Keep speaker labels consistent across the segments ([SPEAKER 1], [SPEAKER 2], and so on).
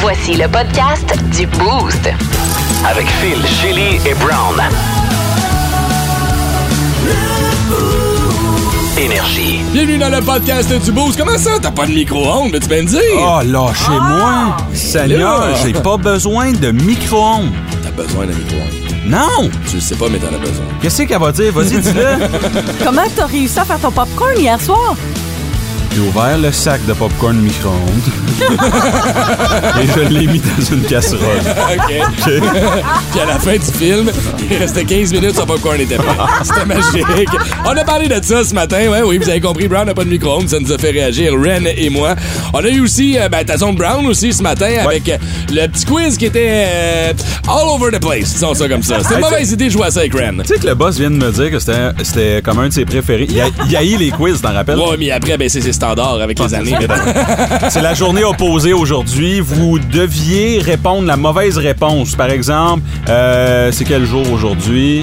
[SPEAKER 1] Voici le podcast du Boost.
[SPEAKER 2] Avec Phil, Chili et Brown. Énergie.
[SPEAKER 3] Bienvenue dans le podcast du Boost. Comment ça? T'as pas de micro-ondes, mais tu peux me dire?
[SPEAKER 4] Ah, lâchez-moi! Seigneur,
[SPEAKER 3] Là.
[SPEAKER 4] j'ai pas besoin de micro-ondes.
[SPEAKER 3] Ah, T'as besoin d'un micro-ondes.
[SPEAKER 4] Non!
[SPEAKER 3] Tu le sais pas, mais t'en as besoin.
[SPEAKER 4] Qu'est-ce qu'elle va dire? Vas-y, dis-le!
[SPEAKER 5] Comment t'as réussi à faire ton popcorn hier soir?
[SPEAKER 4] J'ai ouvert le sac de popcorn micro-ondes. Et je l'ai mis dans une casserole.
[SPEAKER 3] OK. Puis à la fin du film, il restait 15 minutes, son popcorn était prêt. C'était magique. On a parlé de ça ce matin. Ouais, oui, vous avez compris, Brown n'a pas de micro-ondes. Ça nous a fait réagir, Ren et moi. On a eu aussi euh, ben, ta zone Brown aussi ce matin avec euh, le petit quiz qui était euh, all over the place, disons ça comme ça. C'était une mauvaise idée de jouer à ça avec Ren.
[SPEAKER 4] Tu sais que le boss vient de me dire que c'était- c'était comme un de ses préférés. Il a, il haït les quiz, t'en rappelles?
[SPEAKER 3] Ouais, mais après, ben, c'est ses standards avec les années.
[SPEAKER 4] C'est la journée opposée aujourd'hui. Vous deviez répondre la mauvaise réponse. Par exemple, euh, c'est quel jour aujourd'hui?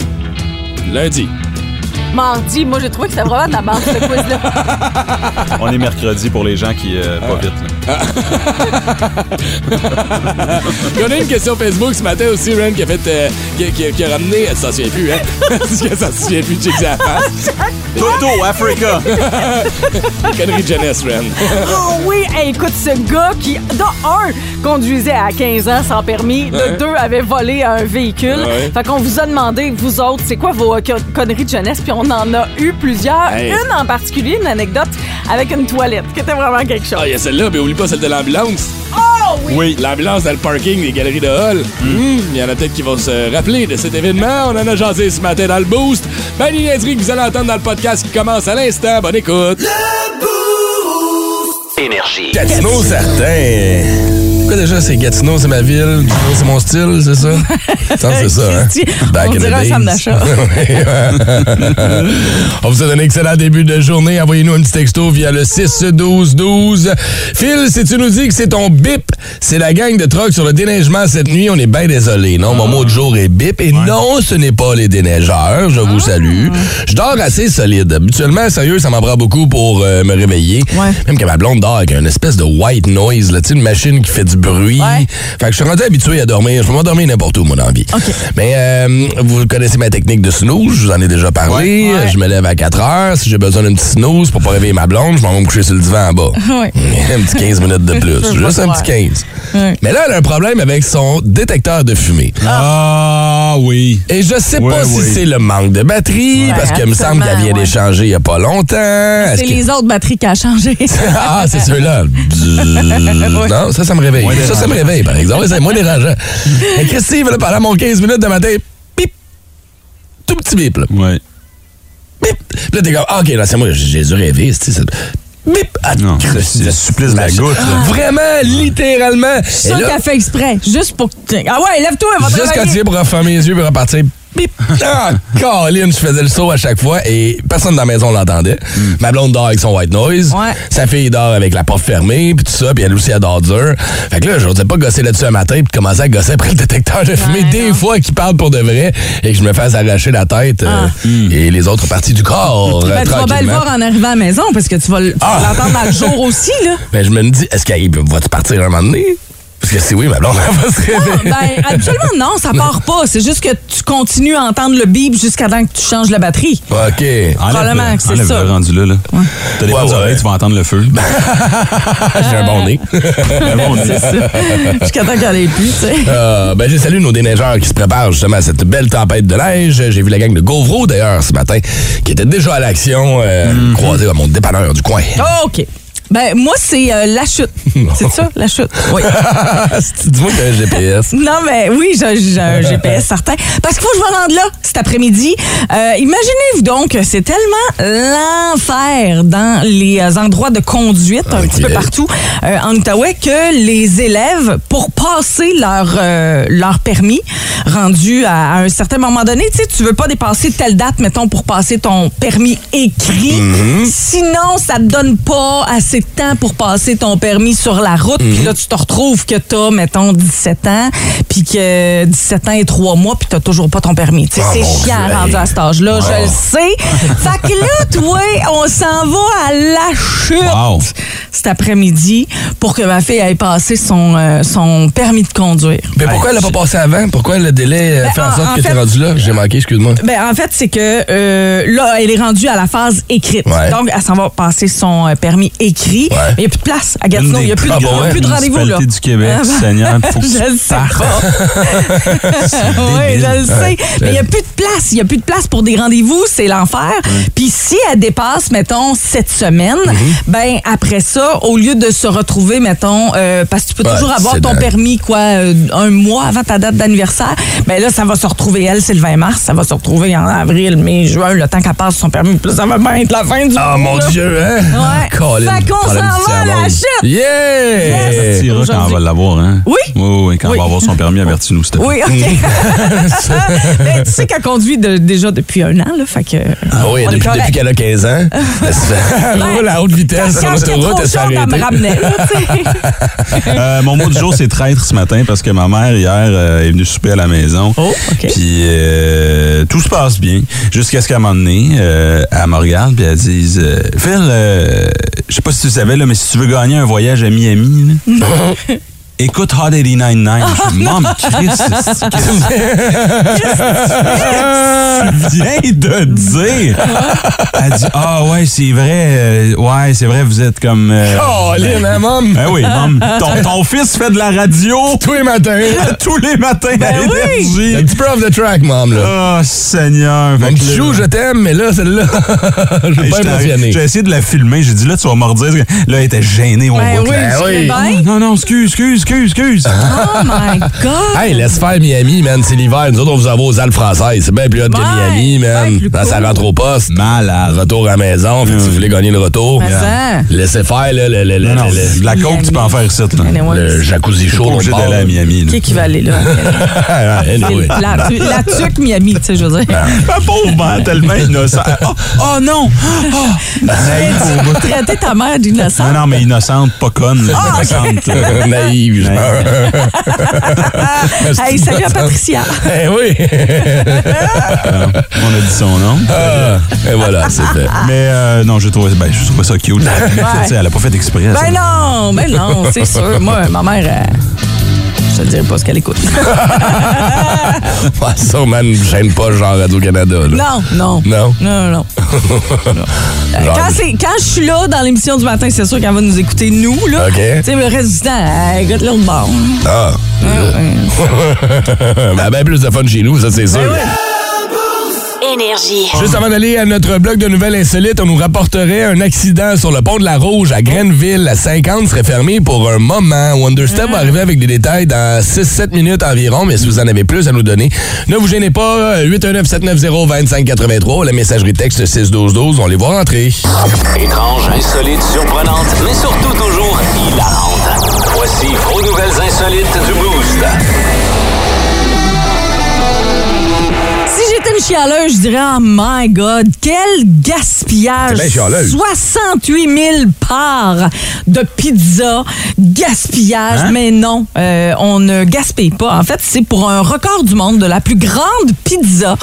[SPEAKER 3] Lundi.
[SPEAKER 5] Mardi, moi j'ai trouvé que c'était vraiment de la marque ce quiz-là.
[SPEAKER 4] On est mercredi pour les gens qui... euh, pas vite, là.
[SPEAKER 3] Puis on a eu une question Facebook ce matin aussi, Ren, qui a fait. euh, qui, qui- qui a ramené. Elle s'en souvient plus, hein? Parce que ça s'en souvient plus, check sa face.
[SPEAKER 4] Toto, Africa!
[SPEAKER 3] Connerie de jeunesse, Ren.
[SPEAKER 5] Oh oui, hey, écoute, ce gars qui, de un, conduisait à 15 ans sans permis, de deux, avait volé un véhicule.
[SPEAKER 3] Ouais.
[SPEAKER 5] Fait qu'on vous a demandé, vous autres, c'est quoi vos euh, con- conneries de jeunesse, puis on en a eu plusieurs.
[SPEAKER 3] Hey.
[SPEAKER 5] Une en particulier, une anecdote avec une toilette, qui était vraiment quelque
[SPEAKER 3] Ah,
[SPEAKER 5] chose.
[SPEAKER 3] il y a celle-là, mais oublie pas celle de l'ambulance.
[SPEAKER 5] Oh oui!
[SPEAKER 4] Oui.
[SPEAKER 3] L'ambulance dans le parking des galeries de Hall. Hmm, Il y en a peut-être qui vont se rappeler de cet événement. On en a jasé ce matin dans le boost. Ben, les niaiseries que vous allez entendre dans le podcast qui commence à l'instant. Bonne écoute.
[SPEAKER 2] Énergie.
[SPEAKER 6] Gatineau, certain. Pourquoi déjà c'est Gatineau, c'est ma ville, Gatineau, c'est mon style, c'est ça? Je pense que c'est ça, hein?
[SPEAKER 5] Christy,
[SPEAKER 6] Back
[SPEAKER 5] on
[SPEAKER 6] in the
[SPEAKER 5] dirait un
[SPEAKER 6] days.
[SPEAKER 5] centre d'achat.
[SPEAKER 6] on vous a un excellent début de journée. Envoyez-nous un petit texto via le 6-12-12. Phil, si tu nous dis que c'est ton BIP, c'est la gang de trucks sur le déneigement cette nuit, on est bien désolé. Non, mon mot de jour est BIP. Et non, ce n'est pas les déneigeurs. Je vous salue. Je dors assez solide. Habituellement, sérieux, ça m'en prend beaucoup pour euh, me réveiller. Même que ma blonde dort avec une espèce de white noise, là, tu sais, une machine qui fait du bruit. Fait que je suis rendu habitué à dormir. Je peux m'endormir n'importe où, mon envie. Mais euh, vous connaissez ma technique de snooze, je vous en ai déjà parlé. Je me lève à 4 heures. Si j'ai besoin d'une petite snooze pour pas réveiller ma blonde, je m'en vais me coucher sur le divan en bas. un petit 15 minutes de plus. Juste un petit 15. Mais là, elle a un problème avec son détecteur de fumée.
[SPEAKER 4] Ah oui.
[SPEAKER 6] Et je sais
[SPEAKER 4] Ouais,
[SPEAKER 6] pas si
[SPEAKER 4] ouais.
[SPEAKER 6] c'est le manque de batterie, parce que me semble qu'elle vient
[SPEAKER 7] absolument, ouais.
[SPEAKER 6] d'échanger il y a pas longtemps. Est-ce
[SPEAKER 7] C'est
[SPEAKER 6] que-
[SPEAKER 7] les autres batteries qui a changé.
[SPEAKER 6] ah, c'est ceux-là. Bzzz. Non, ça, ça me réveille. ça, ça me réveille, par exemple. C'est moins dérangeant. Et Christy, il voulait parler à mon 15 minutes de matin. Pip! Tout petit bip, là.
[SPEAKER 4] Ouais.
[SPEAKER 6] Bip! Puis là, t'es comme, ah, OK, là, c'est moi, j'ai dû rêver. c'est- c'est- Bip! Ah,
[SPEAKER 4] Non,
[SPEAKER 6] Christy,
[SPEAKER 4] c'est
[SPEAKER 6] la
[SPEAKER 4] supplice de la goutte, là.
[SPEAKER 6] Vraiment, littéralement. Et
[SPEAKER 7] Ça,
[SPEAKER 6] là,
[SPEAKER 7] t'as fait exprès. Juste pour que tu- Ah ouais, lève-toi, va
[SPEAKER 6] Juste quand tu
[SPEAKER 7] travailler.
[SPEAKER 6] viens pour refermer les yeux et repartir. Bip! Ah, Colin, je faisais le saut à chaque fois et personne dans la maison l'entendait. Ma blonde dort avec son white noise.
[SPEAKER 7] Hmm. Ouais.
[SPEAKER 6] Sa fille dort avec la porte fermée, puis tout ça, puis elle aussi, elle dort dur. Fait que là, je n'osais pas gosser là-dessus un matin, puis commencer à gosser après le détecteur
[SPEAKER 7] Ben
[SPEAKER 6] de fumée des fois qu'il parle pour de vrai et que je me fasse arracher la tête euh, et les autres parties du corps. euh,
[SPEAKER 7] Ah. Hmm. Ben, tu vas bien le
[SPEAKER 6] tranquillement. Ah!
[SPEAKER 7] voir en arrivant à la maison parce que tu vas le- tu vas l'entendre dans le jour aussi, là.
[SPEAKER 6] Mais Ben, je me dis, est-ce qu'elle va-tu partir un moment donné? Parce que si oui, ma blonde, elle va se réveiller.
[SPEAKER 7] Ben, habituellement, non, ça part pas. C'est juste que tu continues à entendre le bip jusqu'à temps que tu changes la batterie.
[SPEAKER 6] OK.
[SPEAKER 7] Probablement que c'est
[SPEAKER 4] enlève
[SPEAKER 7] ça.
[SPEAKER 4] le rendu là. là. T'as des
[SPEAKER 6] Ouais,
[SPEAKER 4] bonnes
[SPEAKER 6] ouais.
[SPEAKER 4] oreilles, tu vas entendre le feu.
[SPEAKER 7] Ah.
[SPEAKER 6] J'ai un bon nez. Ben,
[SPEAKER 7] C'est ça. Jusqu'à temps qu'elle ait plus, tu sais.
[SPEAKER 6] Euh, ben, j'ai salué nos déneigeurs qui se préparent justement à cette belle tempête de neige. J'ai vu la gang de Gauvreau d'ailleurs ce matin qui était déjà à l'action euh,
[SPEAKER 7] Mhm.
[SPEAKER 6] croisée à mon dépanneur du coin.
[SPEAKER 7] OK. Ben, moi, c'est euh, la chute. C'est ça, la chute? Oui. Ah!
[SPEAKER 6] Dis-moi que t'as un GPS.
[SPEAKER 7] Non, mais oui, j'ai j'ai un GPS certain. Parce qu'il faut que je me rende là cet après-midi. Euh, Imaginez-vous donc, que c'est tellement l'enfer dans les euh, endroits de conduite un
[SPEAKER 6] Ok.
[SPEAKER 7] petit peu partout euh, en Outaouais que les élèves, pour passer leur, euh, leur permis rendu à, à un certain moment donné, tu sais, tu veux pas dépasser telle
[SPEAKER 6] Mhm.
[SPEAKER 7] date, mettons, pour passer ton permis écrit. Sinon, ça te donne pas assez c'est temps pour passer ton permis sur la route.
[SPEAKER 6] Mhm.
[SPEAKER 7] Puis là, tu te retrouves que t'as, mettons, 17 ans, puis que 17 ans et 3 mois, puis t'as toujours pas ton permis. Tu sais,
[SPEAKER 6] Ah,
[SPEAKER 7] c'est
[SPEAKER 6] mon
[SPEAKER 7] chiant
[SPEAKER 6] Dieu,
[SPEAKER 7] rendu à cet âge-là, je le sais. Fait que là, toi, on s'en va à la chute
[SPEAKER 6] Wow.
[SPEAKER 7] cet après-midi pour que ma fille aille passer son, euh, son permis de conduire.
[SPEAKER 6] Mais pourquoi elle n'a pas passé avant? Pourquoi le délai euh,
[SPEAKER 7] Ben,
[SPEAKER 6] fait en
[SPEAKER 7] en-
[SPEAKER 6] sorte
[SPEAKER 7] en
[SPEAKER 6] que t'es
[SPEAKER 7] fait-
[SPEAKER 6] rendu là? J'ai manqué, excuse-moi.
[SPEAKER 7] Ben, en fait, c'est que euh, là, elle est rendue à la phase écrite.
[SPEAKER 6] Ouais.
[SPEAKER 7] Donc, elle s'en va passer son euh, permis écrit.
[SPEAKER 6] Ouais.
[SPEAKER 7] Il n'y a plus de place à Gatineau. Il n'y a plus de,
[SPEAKER 6] Ah bon,
[SPEAKER 7] il y a
[SPEAKER 6] ouais,
[SPEAKER 7] plus de rendez-vous. là.
[SPEAKER 4] du Québec,
[SPEAKER 7] Ah ben,
[SPEAKER 4] Seigneur, faut que
[SPEAKER 7] Je
[SPEAKER 4] tu
[SPEAKER 7] le sais
[SPEAKER 6] Ah.
[SPEAKER 7] pas. oui, je le sais. Mais il n'y a plus de place. Il n'y a plus de place pour des rendez-vous. C'est l'enfer. Puis si elle dépasse, mettons, cette semaine,
[SPEAKER 6] Mhm.
[SPEAKER 7] ben après ça, au lieu de se retrouver, mettons, euh, parce que tu peux
[SPEAKER 6] Ouais,
[SPEAKER 7] toujours avoir
[SPEAKER 6] c'est
[SPEAKER 7] ton
[SPEAKER 6] dingue.
[SPEAKER 7] permis, quoi, euh, un mois avant ta date d'anniversaire, ben là, ça va se retrouver, elle, c'est le 20 mars. Ça va se retrouver en avril, mai, juin, le temps qu'elle passe son permis. Puis là, ça va bien être la fin du
[SPEAKER 6] Ah, mon Dieu, hein?
[SPEAKER 7] Ouais.
[SPEAKER 6] Colin,
[SPEAKER 7] Fait qu'on
[SPEAKER 6] problème
[SPEAKER 7] s'en
[SPEAKER 6] du
[SPEAKER 7] va à la
[SPEAKER 6] tiers-monde.
[SPEAKER 7] chute.
[SPEAKER 6] Yeah!
[SPEAKER 4] Elle partira quand on va l'avoir, hein?
[SPEAKER 7] Oui.
[SPEAKER 4] Oui, oui, quand
[SPEAKER 7] Oui.
[SPEAKER 4] on va avoir son permis, avertis-nous, c'était
[SPEAKER 7] Oui, OK. Ben, tu sais qu'elle conduit de- déjà depuis un an, là, fait que... euh,
[SPEAKER 6] Ah oui,
[SPEAKER 7] on est
[SPEAKER 6] depuis,
[SPEAKER 7] correct.
[SPEAKER 6] depuis qu'elle a 15 ans, elle se fait- elle roule à haute vitesse sur
[SPEAKER 7] Quand j'étais
[SPEAKER 6] l'autoroute,
[SPEAKER 7] trop
[SPEAKER 6] elle se fait
[SPEAKER 7] jeune, elle me
[SPEAKER 6] arrêter.
[SPEAKER 7] ramenait, là, tu sais.
[SPEAKER 4] Euh, mon mot du jour, c'est traître ce matin parce que ma mère, hier, euh, est venue souper à la maison.
[SPEAKER 7] Oh, OK.
[SPEAKER 4] Puis euh, tout se passe bien. Jusqu'à ce qu'à un moment donné, euh, elle me regarde puis elle dise euh, Phil, euh, je sais pas si tu le savais, là, mais si tu veux gagner un voyage à Miami, là, écoute Hot 899.
[SPEAKER 6] Ah,
[SPEAKER 4] Je fais, Maman, Christ, c'est- tu viens de dire. Elle dit Ah, ouais, c'est vrai. euh, ouais, c'est vrai, vous êtes comme. euh,
[SPEAKER 6] Colin, hein, mom?
[SPEAKER 4] ben oui, maman, ton, ton fils fait de la radio
[SPEAKER 6] Tous les matins.
[SPEAKER 4] tous les matins
[SPEAKER 7] Ben
[SPEAKER 4] à
[SPEAKER 6] T'es
[SPEAKER 4] Énergie.
[SPEAKER 6] Un petit peu off the track, mom, là.
[SPEAKER 4] Oh, Seigneur. Fait
[SPEAKER 6] Mon
[SPEAKER 4] que
[SPEAKER 6] petit
[SPEAKER 4] là-
[SPEAKER 6] chou, je t'aime, mais là, celle-là, je suis
[SPEAKER 4] Hey,
[SPEAKER 6] pas
[SPEAKER 4] j'étais-
[SPEAKER 6] impressionné.
[SPEAKER 4] J'ai essayé de la filmer. J'ai dit, là, tu vas mordir. Là, elle était gênée au
[SPEAKER 7] Ben
[SPEAKER 4] bout.
[SPEAKER 7] oui,
[SPEAKER 6] Ben
[SPEAKER 7] je
[SPEAKER 6] oui.
[SPEAKER 7] sais bien.
[SPEAKER 4] Non, non, excuse, excuse, excuse, excuse.
[SPEAKER 6] Ah,
[SPEAKER 7] Oh my God!
[SPEAKER 6] Hey, laisse faire Miami, man. C'est l'hiver. Nous autres, on vous envoie aux Alpes françaises. C'est bien plus hot que
[SPEAKER 7] Ouais,
[SPEAKER 6] Miami, man.
[SPEAKER 7] bien plus
[SPEAKER 6] Là, ça
[SPEAKER 7] cool.
[SPEAKER 6] rentre au poste.
[SPEAKER 4] Malade.
[SPEAKER 6] Retour à la maison. Fait que si vous voulez gagner le retour,
[SPEAKER 7] Mais ça.
[SPEAKER 6] laissez faire là, le, le, le,
[SPEAKER 4] Non, non,
[SPEAKER 6] le-
[SPEAKER 4] la coke, tu peux en faire ici. Là.
[SPEAKER 7] Anyway,
[SPEAKER 6] le jacuzzi
[SPEAKER 4] Pas
[SPEAKER 6] chaud.
[SPEAKER 4] obligé
[SPEAKER 6] on part,
[SPEAKER 4] d'aller à
[SPEAKER 6] là.
[SPEAKER 4] Miami. là.
[SPEAKER 7] Qui est qui va aller là?
[SPEAKER 6] Ah, Ben ouais,
[SPEAKER 7] C'est
[SPEAKER 6] anyway.
[SPEAKER 7] La, la tuque Miami, tu sais, je veux dire.
[SPEAKER 4] Ma pauvre mère, tellement innocente. Oh, oh non! Oh, naïve au bout.
[SPEAKER 7] Traiter ta mère d'innocente.
[SPEAKER 4] Non, non, mais innocente, pas conne.
[SPEAKER 7] Ah,
[SPEAKER 4] innocente.
[SPEAKER 6] Naïve. je pense.
[SPEAKER 7] Hey, salut à Patricia.
[SPEAKER 6] Eh oui.
[SPEAKER 4] On a dit son nom.
[SPEAKER 6] Ah, Et voilà, c'est fait.
[SPEAKER 7] Ah.
[SPEAKER 4] Mais euh, non, je trouvais, ben, je trouvais ça cute. Tu sais, Elle a pas fait exprès. ça.
[SPEAKER 7] Ben non, ben non, c'est sûr. Moi, ma mère, euh, je te dirai pas ce qu'elle écoute.
[SPEAKER 6] Ouais, Ça, man, ne gêne pas genre Radio-Canada. là.
[SPEAKER 7] Non, non.
[SPEAKER 6] Non?
[SPEAKER 7] Non, non, non. Euh,
[SPEAKER 6] Genre-
[SPEAKER 7] Quand, c'est- quand je suis là dans l'émission du matin, c'est sûr qu'elle va nous écouter, nous, là.
[SPEAKER 6] OK.
[SPEAKER 7] Tu sais, le reste du temps, elle écoute l'autre bord.
[SPEAKER 6] Ah. ben, ben, plus de fun chez nous, ça, c'est sûr.
[SPEAKER 1] Énergie.
[SPEAKER 6] Juste avant d'aller à notre bloc de nouvelles insolites, on nous rapporterait un accident sur le pont de la Rouge à Grenville. La 50 serait fermée pour un moment. Wonderstep
[SPEAKER 7] Ah.
[SPEAKER 6] va arriver avec des détails dans 6-7 minutes environ, mais si vous en avez plus à nous donner, ne vous gênez pas. 819-790-2583, la messagerie texte 61212, on les voit rentrer.
[SPEAKER 2] Étrange, insolite, surprenante, mais surtout toujours hilarante. Voici vos nouvelles insolites du Boost.
[SPEAKER 7] Si j'étais une chialeuse, je dirais, oh my God, quel gaspillage!
[SPEAKER 6] T'es bien chialeuse.
[SPEAKER 7] 68 000 parts de pizza, gaspillage,
[SPEAKER 6] Hein?
[SPEAKER 7] mais non, euh, on ne gaspille pas. En fait, c'est pour un record du monde de la plus grande pizza.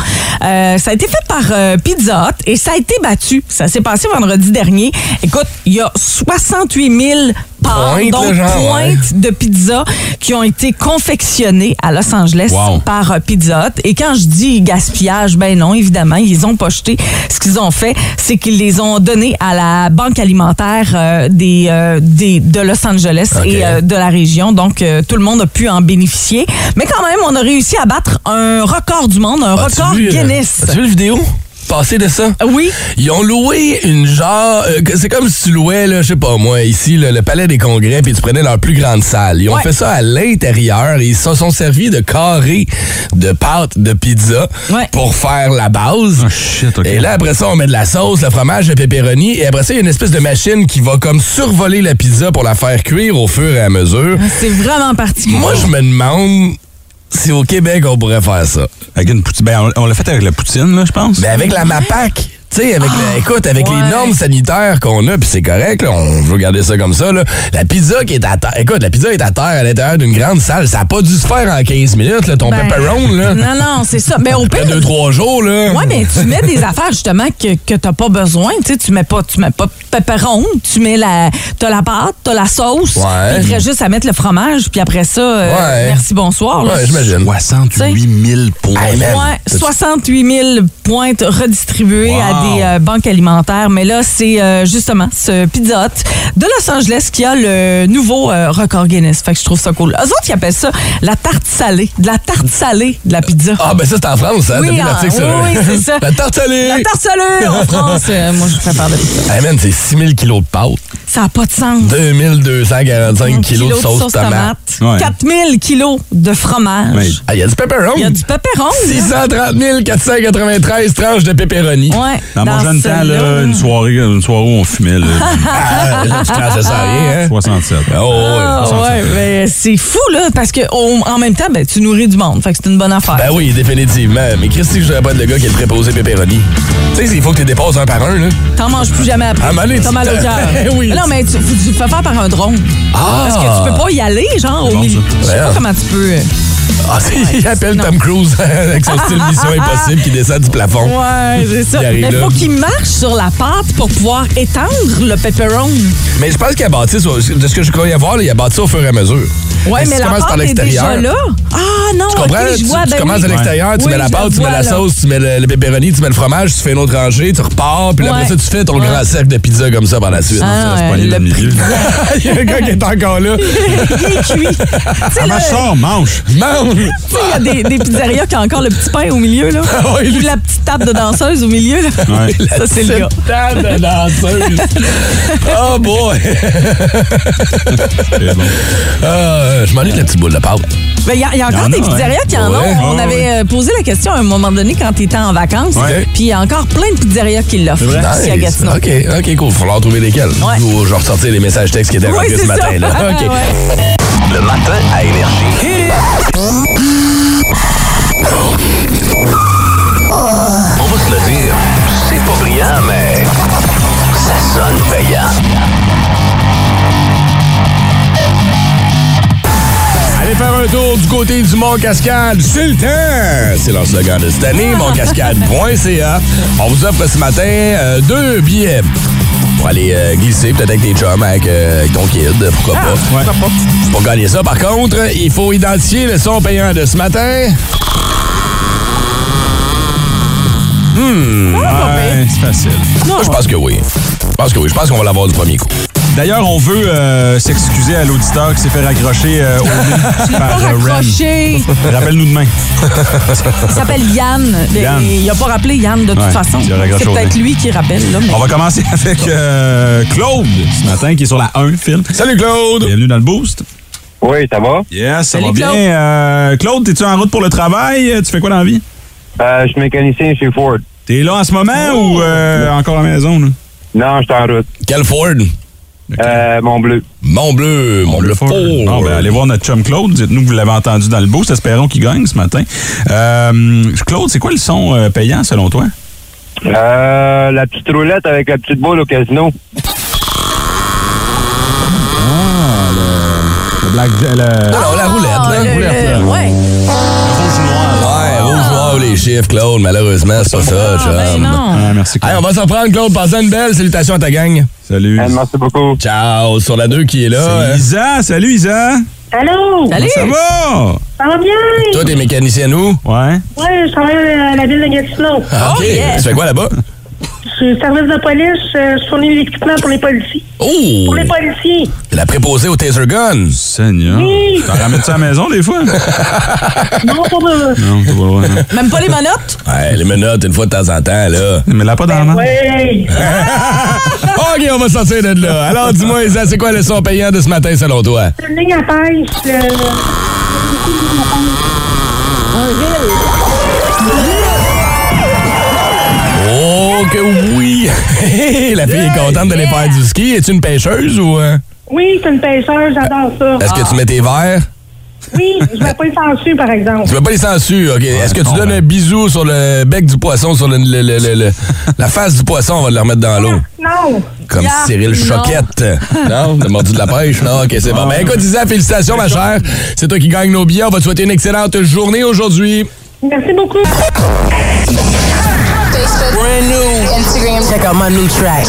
[SPEAKER 7] Euh, ça a été fait par euh, Pizza Hut et ça a été battu. Ça s'est passé vendredi dernier. Écoute, il y a 68 000 parts,
[SPEAKER 6] Pointe,
[SPEAKER 7] donc
[SPEAKER 6] le genre, hein?
[SPEAKER 7] pointe
[SPEAKER 6] ouais.
[SPEAKER 7] de pizza qui ont été confectionnées à Los Angeles
[SPEAKER 4] Wow.
[SPEAKER 7] par euh, Pizza Hut. Et quand je dis gaspillage, ben non, évidemment, ils ont pas jeté. Ce qu'ils ont fait, c'est qu'ils les ont donnés à la banque alimentaire euh, des, euh, des- de Los Angeles
[SPEAKER 6] Ok.
[SPEAKER 7] et euh, de la région. Donc, euh, tout le monde a pu en bénéficier. Mais quand même, on a réussi à battre un record du monde, un
[SPEAKER 6] As-tu
[SPEAKER 7] record
[SPEAKER 6] vu, euh,
[SPEAKER 7] Guinness.
[SPEAKER 6] As-tu vu la vidéo? Passer de ça?
[SPEAKER 7] Oui,
[SPEAKER 6] Ils ont loué une genre. euh, que- c'est comme si tu louais, là, je sais pas moi, ici, le, le Palais des Congrès, puis tu prenais leur plus grande salle. Ils ont
[SPEAKER 7] Ouais.
[SPEAKER 6] fait ça à l'intérieur et ils se sont servis de carrés de pâte de pizza
[SPEAKER 7] Ouais.
[SPEAKER 6] pour faire la base.
[SPEAKER 4] Ah, shit, ok.
[SPEAKER 6] Et là, après ça, on met de la sauce, le fromage, le pepperoni. Et après ça, il y a une espèce de machine qui va comme survoler la pizza pour la faire cuire au fur et à mesure.
[SPEAKER 7] Ah, c'est vraiment particulier.
[SPEAKER 6] Moi, je me demande si au Québec, on pourrait faire ça.
[SPEAKER 4] Avec une poutine. Ben, on, on l'a fait avec la poutine, là, je pense.
[SPEAKER 6] Mais avec la MAPAC, tu Tu sais, avec la- écoute, avec les
[SPEAKER 7] Ah, ouais.
[SPEAKER 6] normes sanitaires qu'on a, puis c'est correct, là, on veut garder ça comme ça, là. La pizza qui est à terre, écoute, la pizza est à terre à l'intérieur d'une grande salle, ça a pas dû se faire en 15 minutes, là, ton
[SPEAKER 7] Ben,
[SPEAKER 6] pepperoni, là.
[SPEAKER 7] Non, non, c'est ça. Mais au
[SPEAKER 6] Après
[SPEAKER 7] pire,
[SPEAKER 6] deux, trois jours, là.
[SPEAKER 7] Ouais, mais tu mets des affaires justement que, que t'as pas besoin. Tu sais, tu mets pas, tu mets pas pepperoni, tu mets la, t'as la pâte, t'as la sauce.
[SPEAKER 6] Ouais.
[SPEAKER 7] Il te reste juste à mettre le fromage, puis après ça, euh,
[SPEAKER 6] Ouais.
[SPEAKER 7] merci bonsoir. là.
[SPEAKER 6] Ouais, j'imagine.
[SPEAKER 4] 68 000 points.
[SPEAKER 6] Hey, man.
[SPEAKER 7] Ouais,
[SPEAKER 6] T'as-tu-
[SPEAKER 7] 68 000 pointes redistribuées
[SPEAKER 4] Wow.
[SPEAKER 7] à des euh, banques alimentaires. Mais là, c'est euh, justement ce Pizza Hut de Los Angeles qui a le nouveau euh, record Guinness. Fait que je trouve ça cool. Eux autres, ils appellent ça la tarte salée. De la tarte salée de la pizza.
[SPEAKER 6] Ah, ben ça, c'est en France, ça.
[SPEAKER 7] Oui,
[SPEAKER 6] T'as vu
[SPEAKER 7] en-
[SPEAKER 6] l'article,
[SPEAKER 7] oui, oui, c'est ça.
[SPEAKER 6] La tarte salée.
[SPEAKER 7] La tarte salée en France. Euh, moi, je préfère de pizza.
[SPEAKER 6] Hey, man, c'est 6000 kilos de pâtes,
[SPEAKER 7] Ça n'a pas de sens.
[SPEAKER 6] 2245 kilos de sauce, tomate.
[SPEAKER 4] Ouais.
[SPEAKER 7] 4000 kilos de fromage.
[SPEAKER 4] Ouais.
[SPEAKER 6] Ah, il y a du pepperoni.
[SPEAKER 7] Il y a du pepperoni. là.
[SPEAKER 6] 630 493 tranches de pepperoni.
[SPEAKER 7] Ouais,
[SPEAKER 4] Dans mon jeune temps, là,
[SPEAKER 7] celle-là.
[SPEAKER 4] une soirée, une soirée où on fumait, là,
[SPEAKER 6] Ah, là, tu classes ça à rien, hein?
[SPEAKER 4] 67.
[SPEAKER 6] Oh,
[SPEAKER 7] Ah,
[SPEAKER 6] ouais.
[SPEAKER 7] ouais, ben, c'est fou, là, parce que au- en même temps, ben, tu nourris du monde. Fait que c'est une bonne affaire.
[SPEAKER 6] Ben oui, définitivement. Mais Christy, je voudrais pas être le gars qui est préposé pepperoni. Tu sais, il faut que tu les dépasses un par un, là.
[SPEAKER 7] T'en manges plus jamais
[SPEAKER 6] À un moment
[SPEAKER 7] après.
[SPEAKER 6] donné,
[SPEAKER 7] T'as
[SPEAKER 6] tu-
[SPEAKER 7] mal au cœur.
[SPEAKER 6] Eh oui.
[SPEAKER 7] Non, mais tu, tu fais faire par un drone.
[SPEAKER 6] Ah!
[SPEAKER 7] Parce que tu peux pas y aller, genre, au
[SPEAKER 4] Bon,
[SPEAKER 7] milieu.
[SPEAKER 4] ça.
[SPEAKER 7] Je sais pas
[SPEAKER 6] Ouais.
[SPEAKER 7] comment tu peux. euh,
[SPEAKER 6] Ah, c'est- il appelle Tom Cruise avec son style Mission Impossible qui descend du plafond.
[SPEAKER 7] Ouais, c'est ça.
[SPEAKER 6] Il arrive
[SPEAKER 7] Mais
[SPEAKER 6] là.
[SPEAKER 7] faut qu'il marche sur la pâte pour pouvoir étendre le pepperoni.
[SPEAKER 6] Mais je pense qu'il a bâti, ça- de ce que je croyais voir, là, il a bâti ça au fur et à mesure.
[SPEAKER 7] Ouais,
[SPEAKER 6] Si
[SPEAKER 7] mais
[SPEAKER 6] tu
[SPEAKER 7] la
[SPEAKER 6] commences
[SPEAKER 7] pâte
[SPEAKER 6] par
[SPEAKER 7] est déjà
[SPEAKER 6] l'extérieur.
[SPEAKER 7] là. Ah non,
[SPEAKER 6] Tu comprends?
[SPEAKER 7] ok,
[SPEAKER 6] là?
[SPEAKER 7] je
[SPEAKER 6] tu
[SPEAKER 7] vois.
[SPEAKER 6] tu
[SPEAKER 7] ben
[SPEAKER 6] commences à
[SPEAKER 7] oui.
[SPEAKER 6] l'extérieur, tu
[SPEAKER 7] Oui,
[SPEAKER 6] mets la
[SPEAKER 7] je
[SPEAKER 6] pâte, tu
[SPEAKER 7] vois,
[SPEAKER 6] mets la
[SPEAKER 7] là.
[SPEAKER 6] sauce, tu mets le, le pepperoni, tu mets le fromage, tu fais une autre rangée, tu repars, puis après
[SPEAKER 7] Ouais.
[SPEAKER 6] ça, tu fais ton
[SPEAKER 7] Ouais.
[SPEAKER 6] grand cercle de pizza comme ça par la suite.
[SPEAKER 7] Ah,
[SPEAKER 4] Ça se
[SPEAKER 7] ouais,
[SPEAKER 4] pognait dans
[SPEAKER 7] le
[SPEAKER 4] le milieu.
[SPEAKER 6] Il y a un gars qui est encore là.
[SPEAKER 7] Il est cuit. Tu sais, là,
[SPEAKER 4] Comment je sors? Manche!
[SPEAKER 6] Mange!
[SPEAKER 7] tu sais, il y a des, des pizzerias qui ont encore le petit pain au milieu, là.
[SPEAKER 6] Ouais,
[SPEAKER 7] Ou
[SPEAKER 6] lui-
[SPEAKER 7] la petite table de danseuse au milieu, là.
[SPEAKER 4] Ouais.
[SPEAKER 7] Ça, c'est le gars.
[SPEAKER 6] Table de danseuse. oh boy!
[SPEAKER 4] C'est bon.
[SPEAKER 6] Euh, je m'ennuie de la petite boule de pâte.
[SPEAKER 7] Mais Ben, il y, a- il y a encore
[SPEAKER 4] en
[SPEAKER 7] des
[SPEAKER 4] a,
[SPEAKER 7] pizzerias qui en
[SPEAKER 6] Ouais, ouais,
[SPEAKER 7] ont. On
[SPEAKER 4] ouais.
[SPEAKER 7] avait euh, posé la question à un moment donné quand tu étais en vacances.
[SPEAKER 4] Ouais.
[SPEAKER 7] Puis il y a encore plein de pizzerias qui l'offrent ici à
[SPEAKER 6] Nice.
[SPEAKER 7] Gatineau.
[SPEAKER 6] OK, OK, cool. Il falloir trouver lesquels.
[SPEAKER 7] Ouais.
[SPEAKER 6] Ou je vais ressortir les messages textes qui étaient
[SPEAKER 7] Ouais,
[SPEAKER 6] rentrés
[SPEAKER 7] c'est
[SPEAKER 6] ce matin.
[SPEAKER 7] ça. Ah,
[SPEAKER 6] Là. OK.
[SPEAKER 7] Ouais.
[SPEAKER 2] Le matin à Énergie. On va se le dire, c'est pas brillant, mais ça sonne payant.
[SPEAKER 6] Allez faire un tour du côté du Mont Cascade. C'est le temps! C'est leur slogan de cette année, montcascade.ca. On vous offre ce matin euh, deux billets pour aller euh, glisser, peut-être avec tes chums, avec, euh, avec ton kid, pourquoi pas. Pour gagner ça, par contre, il faut identifier le son payant de ce matin.
[SPEAKER 4] Ouais, c'est facile.
[SPEAKER 6] Moi, je pense que oui. Je pense que oui. Je pense qu'on va l'avoir du premier coup.
[SPEAKER 4] D'ailleurs, on veut euh, s'excuser à l'auditeur qui s'est fait raccrocher euh, au nez
[SPEAKER 7] Pas
[SPEAKER 4] par euh, Ren.
[SPEAKER 7] raccroché.
[SPEAKER 4] Rappelle-nous demain.
[SPEAKER 7] Il s'appelle Yann. Mais
[SPEAKER 4] Yann.
[SPEAKER 7] Il a pas rappelé Yann de toute
[SPEAKER 4] Ouais,
[SPEAKER 7] façon.
[SPEAKER 4] il a raccroché
[SPEAKER 7] C'est
[SPEAKER 4] au
[SPEAKER 7] peut-être
[SPEAKER 4] nez.
[SPEAKER 7] lui qui rappelle. Là, mais...
[SPEAKER 4] On va commencer avec euh, Claude ce matin qui est sur la 1, Phil.
[SPEAKER 6] Salut Claude!
[SPEAKER 4] Bienvenue dans le Boost.
[SPEAKER 8] Oui, ça va.
[SPEAKER 4] Yes, ça
[SPEAKER 7] Salut,
[SPEAKER 4] va bien.
[SPEAKER 7] Claude.
[SPEAKER 4] Euh, Claude, es-tu en route pour le travail? Tu fais quoi dans la vie?
[SPEAKER 8] Euh, je suis mécanicien chez Ford.
[SPEAKER 4] T'es là en ce moment
[SPEAKER 6] Oh!
[SPEAKER 4] ou euh, encore à la maison? là?
[SPEAKER 8] Non, je suis en route.
[SPEAKER 6] Quel Ford?
[SPEAKER 8] Euh, mon bleu.
[SPEAKER 6] Mont Bleu, Mont Bleu Ford.
[SPEAKER 4] Non, ben, allez voir notre chum Claude. Dites-nous que vous l'avez entendu dans le Boost. Espérons qu'il gagne ce matin. Euh, Claude, c'est quoi le son euh, payant selon toi?
[SPEAKER 8] Euh, la petite roulette avec la petite boule au casino.
[SPEAKER 4] Le Black...
[SPEAKER 6] Non, non, la roulette,
[SPEAKER 7] Ah,
[SPEAKER 6] la
[SPEAKER 7] le-
[SPEAKER 6] roulette. là.
[SPEAKER 7] le- ouais.
[SPEAKER 6] Ouais, vos joueurs, les chiffres, Claude, malheureusement, c'est pas ça,
[SPEAKER 7] Ah, ben
[SPEAKER 6] chum.
[SPEAKER 7] non.
[SPEAKER 4] merci, Claude.
[SPEAKER 6] Hey, on va s'en prendre, Claude. Passez une belle salutation à ta gang.
[SPEAKER 4] Salut.
[SPEAKER 8] Euh, merci beaucoup.
[SPEAKER 6] Ciao, sur la 2 qui est là.
[SPEAKER 4] C'est
[SPEAKER 6] hein.
[SPEAKER 4] Isa. Salut, Isa.
[SPEAKER 9] Allô?
[SPEAKER 7] Salut.
[SPEAKER 4] Ça va?
[SPEAKER 9] Ça va bien?
[SPEAKER 6] Toi, t'es mécanicien, nous?
[SPEAKER 4] Ouais.
[SPEAKER 9] Ouais, je travaille à la ville de Gatineau.
[SPEAKER 6] Ah, OK.
[SPEAKER 7] yeah.
[SPEAKER 6] Tu fais quoi là-bas?
[SPEAKER 9] Je suis service de police, euh, je fournis l'équipement pour les policiers.
[SPEAKER 6] Oh!
[SPEAKER 9] Pour les policiers.
[SPEAKER 6] La préposée au taser gun.
[SPEAKER 4] Seigneur.
[SPEAKER 9] Oui.
[SPEAKER 4] T'en ramènes-tu à la maison des fois?
[SPEAKER 9] Non, pas de...
[SPEAKER 4] non, t'as pas le droit, non.
[SPEAKER 7] Même pas les menottes.
[SPEAKER 6] Ouais, les menottes, une fois de temps en temps, là.
[SPEAKER 4] Mais la pas dans la main.
[SPEAKER 9] Ben Ouais.
[SPEAKER 6] OK, on va sortir de là. Alors, dis-moi, Isa, c'est quoi le son payant de ce matin, selon toi?
[SPEAKER 9] C'est une ligne à pêche. Le...
[SPEAKER 6] Oh, que oui! la fille est contente d'aller faire du ski. Es-tu une pêcheuse ou... euh,
[SPEAKER 9] Oui, c'est une pêcheuse, j'adore ça. Ah,
[SPEAKER 6] Est-ce que tu mets tes verres?
[SPEAKER 9] Oui, je vais pas le censurer, par exemple.
[SPEAKER 6] Tu veux pas les censurer, OK? Est-ce que tu
[SPEAKER 4] non,
[SPEAKER 6] donnes
[SPEAKER 4] ben.
[SPEAKER 6] un bisou sur le bec du poisson, sur le, le- le- le- le- la face du poisson, on va le remettre dans l'eau?
[SPEAKER 9] Non.
[SPEAKER 6] Comme
[SPEAKER 7] Yeah.
[SPEAKER 6] Cyril
[SPEAKER 7] Non.
[SPEAKER 6] Choquette. Non, t'as mordu de la pêche. Non, OK, c'est bon. Ben écoute, Isa, félicitations, ma chère. C'est toi qui gagne nos billets. On va te souhaiter une excellente journée aujourd'hui.
[SPEAKER 9] Merci beaucoup.
[SPEAKER 10] Brand new. Instagram. Check out my new track.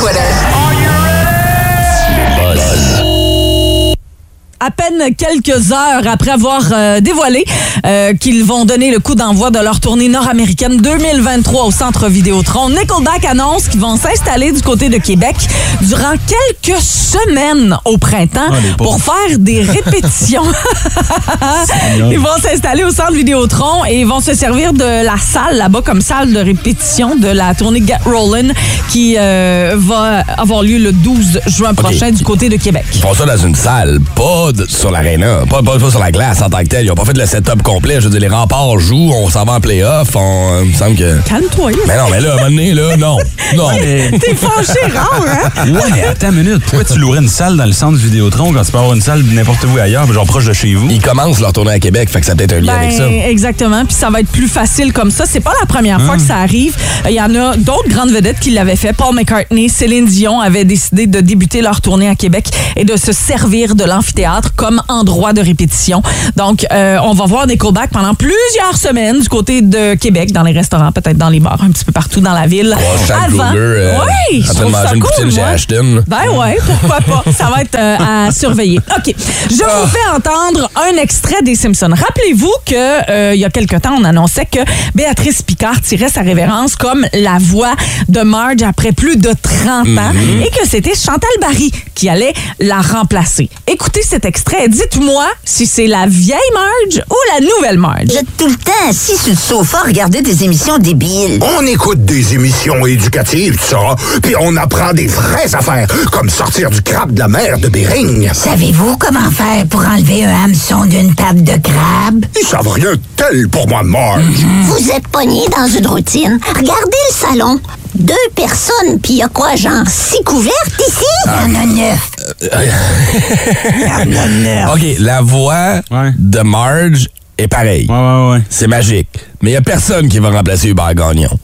[SPEAKER 7] à peine quelques heures après avoir euh, dévoilé euh, qu'ils vont donner le coup d'envoi de leur tournée nord-américaine 2023 au Centre Vidéotron. Nickelback annonce qu'ils vont s'installer du côté de Québec durant quelques semaines au printemps
[SPEAKER 4] Ah, les pauvres.
[SPEAKER 7] pour faire des répétitions. ils vont s'installer au Centre Vidéotron et ils vont se servir de la salle là-bas comme salle de répétition de la tournée Get Rollin' qui euh, va avoir lieu le 12 juin prochain du côté de Québec.
[SPEAKER 6] Ils font ça dans une salle, pas de- sur l'aréna, pas, pas, pas sur la glace en tant que telle. Ils ont pas fait le setup complet. Je veux dire, les remparts jouent, on s'en va en playoff. On, il me semble que.
[SPEAKER 7] Calme-toi. là.
[SPEAKER 6] Mais non, mais là, à un moment donné, là, non. Non.
[SPEAKER 7] T'es fâché, rare, hein?
[SPEAKER 4] Ouais, mais attends une minute. Pourquoi tu louerais une salle dans le centre Vidéotron quand tu peux avoir une salle n'importe où ailleurs, genre proche de chez vous?
[SPEAKER 6] Ils commencent leur tournée à Québec, fait que ça a peut-être un lien avec ça.
[SPEAKER 7] Ben, exactement. Puis ça va être plus facile comme ça. C'est pas la première
[SPEAKER 6] Hum.
[SPEAKER 7] fois que ça arrive. Il y en a d'autres grandes vedettes qui l'avaient fait. Paul McCartney, Céline Dion avaient décidé de débuter leur tournée à Québec et de se servir de l'amphithéâtre comme endroit de répétition. Donc, euh, on va voir des callbacks pendant plusieurs semaines du côté de Québec, dans les restaurants, peut-être dans les bars, un petit peu partout dans la ville.
[SPEAKER 6] Voir Chad
[SPEAKER 7] Avant-
[SPEAKER 6] Kroger euh,
[SPEAKER 7] oui, je
[SPEAKER 6] en train de
[SPEAKER 7] trouve ça
[SPEAKER 6] manger une
[SPEAKER 7] cool,
[SPEAKER 6] poutine chez
[SPEAKER 7] moi.
[SPEAKER 6] Ashton.
[SPEAKER 7] Ben ouais, pourquoi pas. Ça va être euh, à surveiller. OK. Je vous fais entendre un extrait des Simpsons. Rappelez-vous que euh, il y a quelque temps, on annonçait que Béatrice Picard tirait sa révérence comme la voix de Marge après plus de 30 ans
[SPEAKER 6] Mhm.
[SPEAKER 7] et que c'était Chantal Barry qui allait la remplacer. Écoutez cet extrait. Dites-moi si c'est la vieille Marge ou la nouvelle Marge.
[SPEAKER 10] Vous êtes tout le temps assis sur le sofa à regarder des émissions débiles.
[SPEAKER 11] On écoute des émissions éducatives, ça, puis on apprend des vraies affaires, comme sortir du crabe de la mer de Bering.
[SPEAKER 10] Savez-vous comment faire pour enlever un hameçon d'une table de crabe?
[SPEAKER 11] Ils savent rien de tel pour moi, Marge.
[SPEAKER 10] Vous êtes pogné dans une routine. Regardez le salon. Deux personnes, puis il y a quoi, genre, six couvertes ici? Il
[SPEAKER 6] Ah.
[SPEAKER 10] y en a neuf. Mm-hmm.
[SPEAKER 6] OK, la voix
[SPEAKER 4] Ouais.
[SPEAKER 6] de Marge est pareille.
[SPEAKER 4] Ouais, ouais, ouais.
[SPEAKER 6] C'est magique. Mais il n'y a personne qui va remplacer Hubert Gagnon.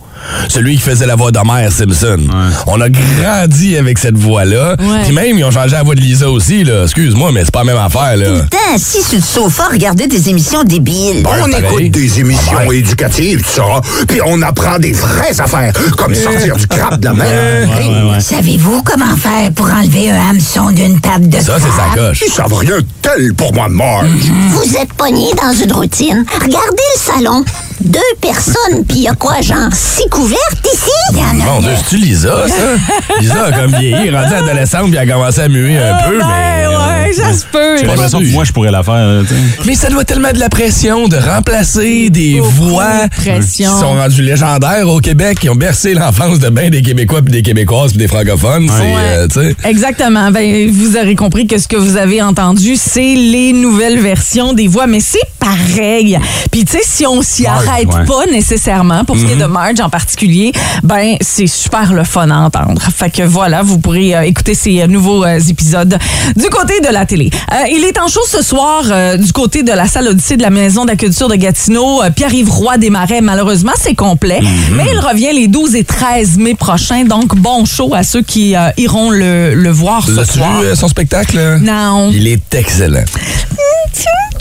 [SPEAKER 6] Celui qui faisait la voix d'Homer Simpson. On a grandi avec cette voix-là.
[SPEAKER 7] Ouais.
[SPEAKER 6] Puis même, ils ont changé la voix de Lisa aussi. là. Excuse-moi, mais c'est pas la même affaire. Là.
[SPEAKER 10] T'es assis sur le sofa à regarder des émissions débiles.
[SPEAKER 11] On
[SPEAKER 6] pareil.
[SPEAKER 11] écoute des émissions
[SPEAKER 6] Ah ouais.
[SPEAKER 11] éducatives, ça, puis on apprend des vraies affaires, comme
[SPEAKER 6] Euh.
[SPEAKER 11] sortir du crabe de la mer de Bering.
[SPEAKER 10] Savez-vous comment faire pour enlever un hameçon d'une table de
[SPEAKER 6] Ça, c'est sa coche.
[SPEAKER 11] Ils savent rien de tel pour moi, Marge.
[SPEAKER 10] Vous êtes pogné dans une routine. Regardez le salon. Deux personnes, puis il y a quoi, genre, six couvertes ici? Il y en a
[SPEAKER 6] Mon Dieu, c'est-tu Lisa, ça? Lisa a comme vieilli,
[SPEAKER 4] Ah.
[SPEAKER 6] rendue adolescente, puis elle a commencé à muer un
[SPEAKER 11] Euh,
[SPEAKER 6] peu,
[SPEAKER 11] ben
[SPEAKER 6] mais...
[SPEAKER 7] Ben
[SPEAKER 6] euh,
[SPEAKER 7] ouais, ça se peut.
[SPEAKER 4] J'ai l'impression que moi, je pourrais la faire, là, tu sais.
[SPEAKER 6] Mais ça doit tellement de la pression de remplacer des
[SPEAKER 7] Beaucoup
[SPEAKER 6] voix
[SPEAKER 7] de pression.
[SPEAKER 6] qui sont rendues légendaires au Québec, qui ont bercé l'enfance de bien des Québécois puis des Québécoises puis des francophones. C'est, euh, tu sais.
[SPEAKER 7] Exactement. Ben, vous aurez compris que ce que vous avez entendu, c'est les nouvelles versions des voix, mais c'est pareil. Puis tu sais, si on s'y
[SPEAKER 4] Marge,
[SPEAKER 7] arrête
[SPEAKER 4] ouais.
[SPEAKER 7] pas nécessairement, pour ce qui est de
[SPEAKER 6] Mhm.
[SPEAKER 7] Marge en particulier, ben c'est super le fun à entendre. Fait que voilà, vous pourrez euh, écouter ces euh, nouveaux euh, épisodes du côté de la télé. Euh, il est en show ce soir euh, du côté de la salle Odyssée de la Maison de la Culture de Gatineau. Euh, Pierre-Yves Roy des Marais, malheureusement, c'est complet,
[SPEAKER 6] Mhm.
[SPEAKER 7] mais il revient les 12 et 13 mai prochains. Donc, bon show à ceux qui euh, iront le, le voir ce
[SPEAKER 6] L'as-tu vu,
[SPEAKER 7] soir.
[SPEAKER 6] euh, son spectacle? hein?
[SPEAKER 7] Non.
[SPEAKER 6] Il est excellent.
[SPEAKER 11] Mmh,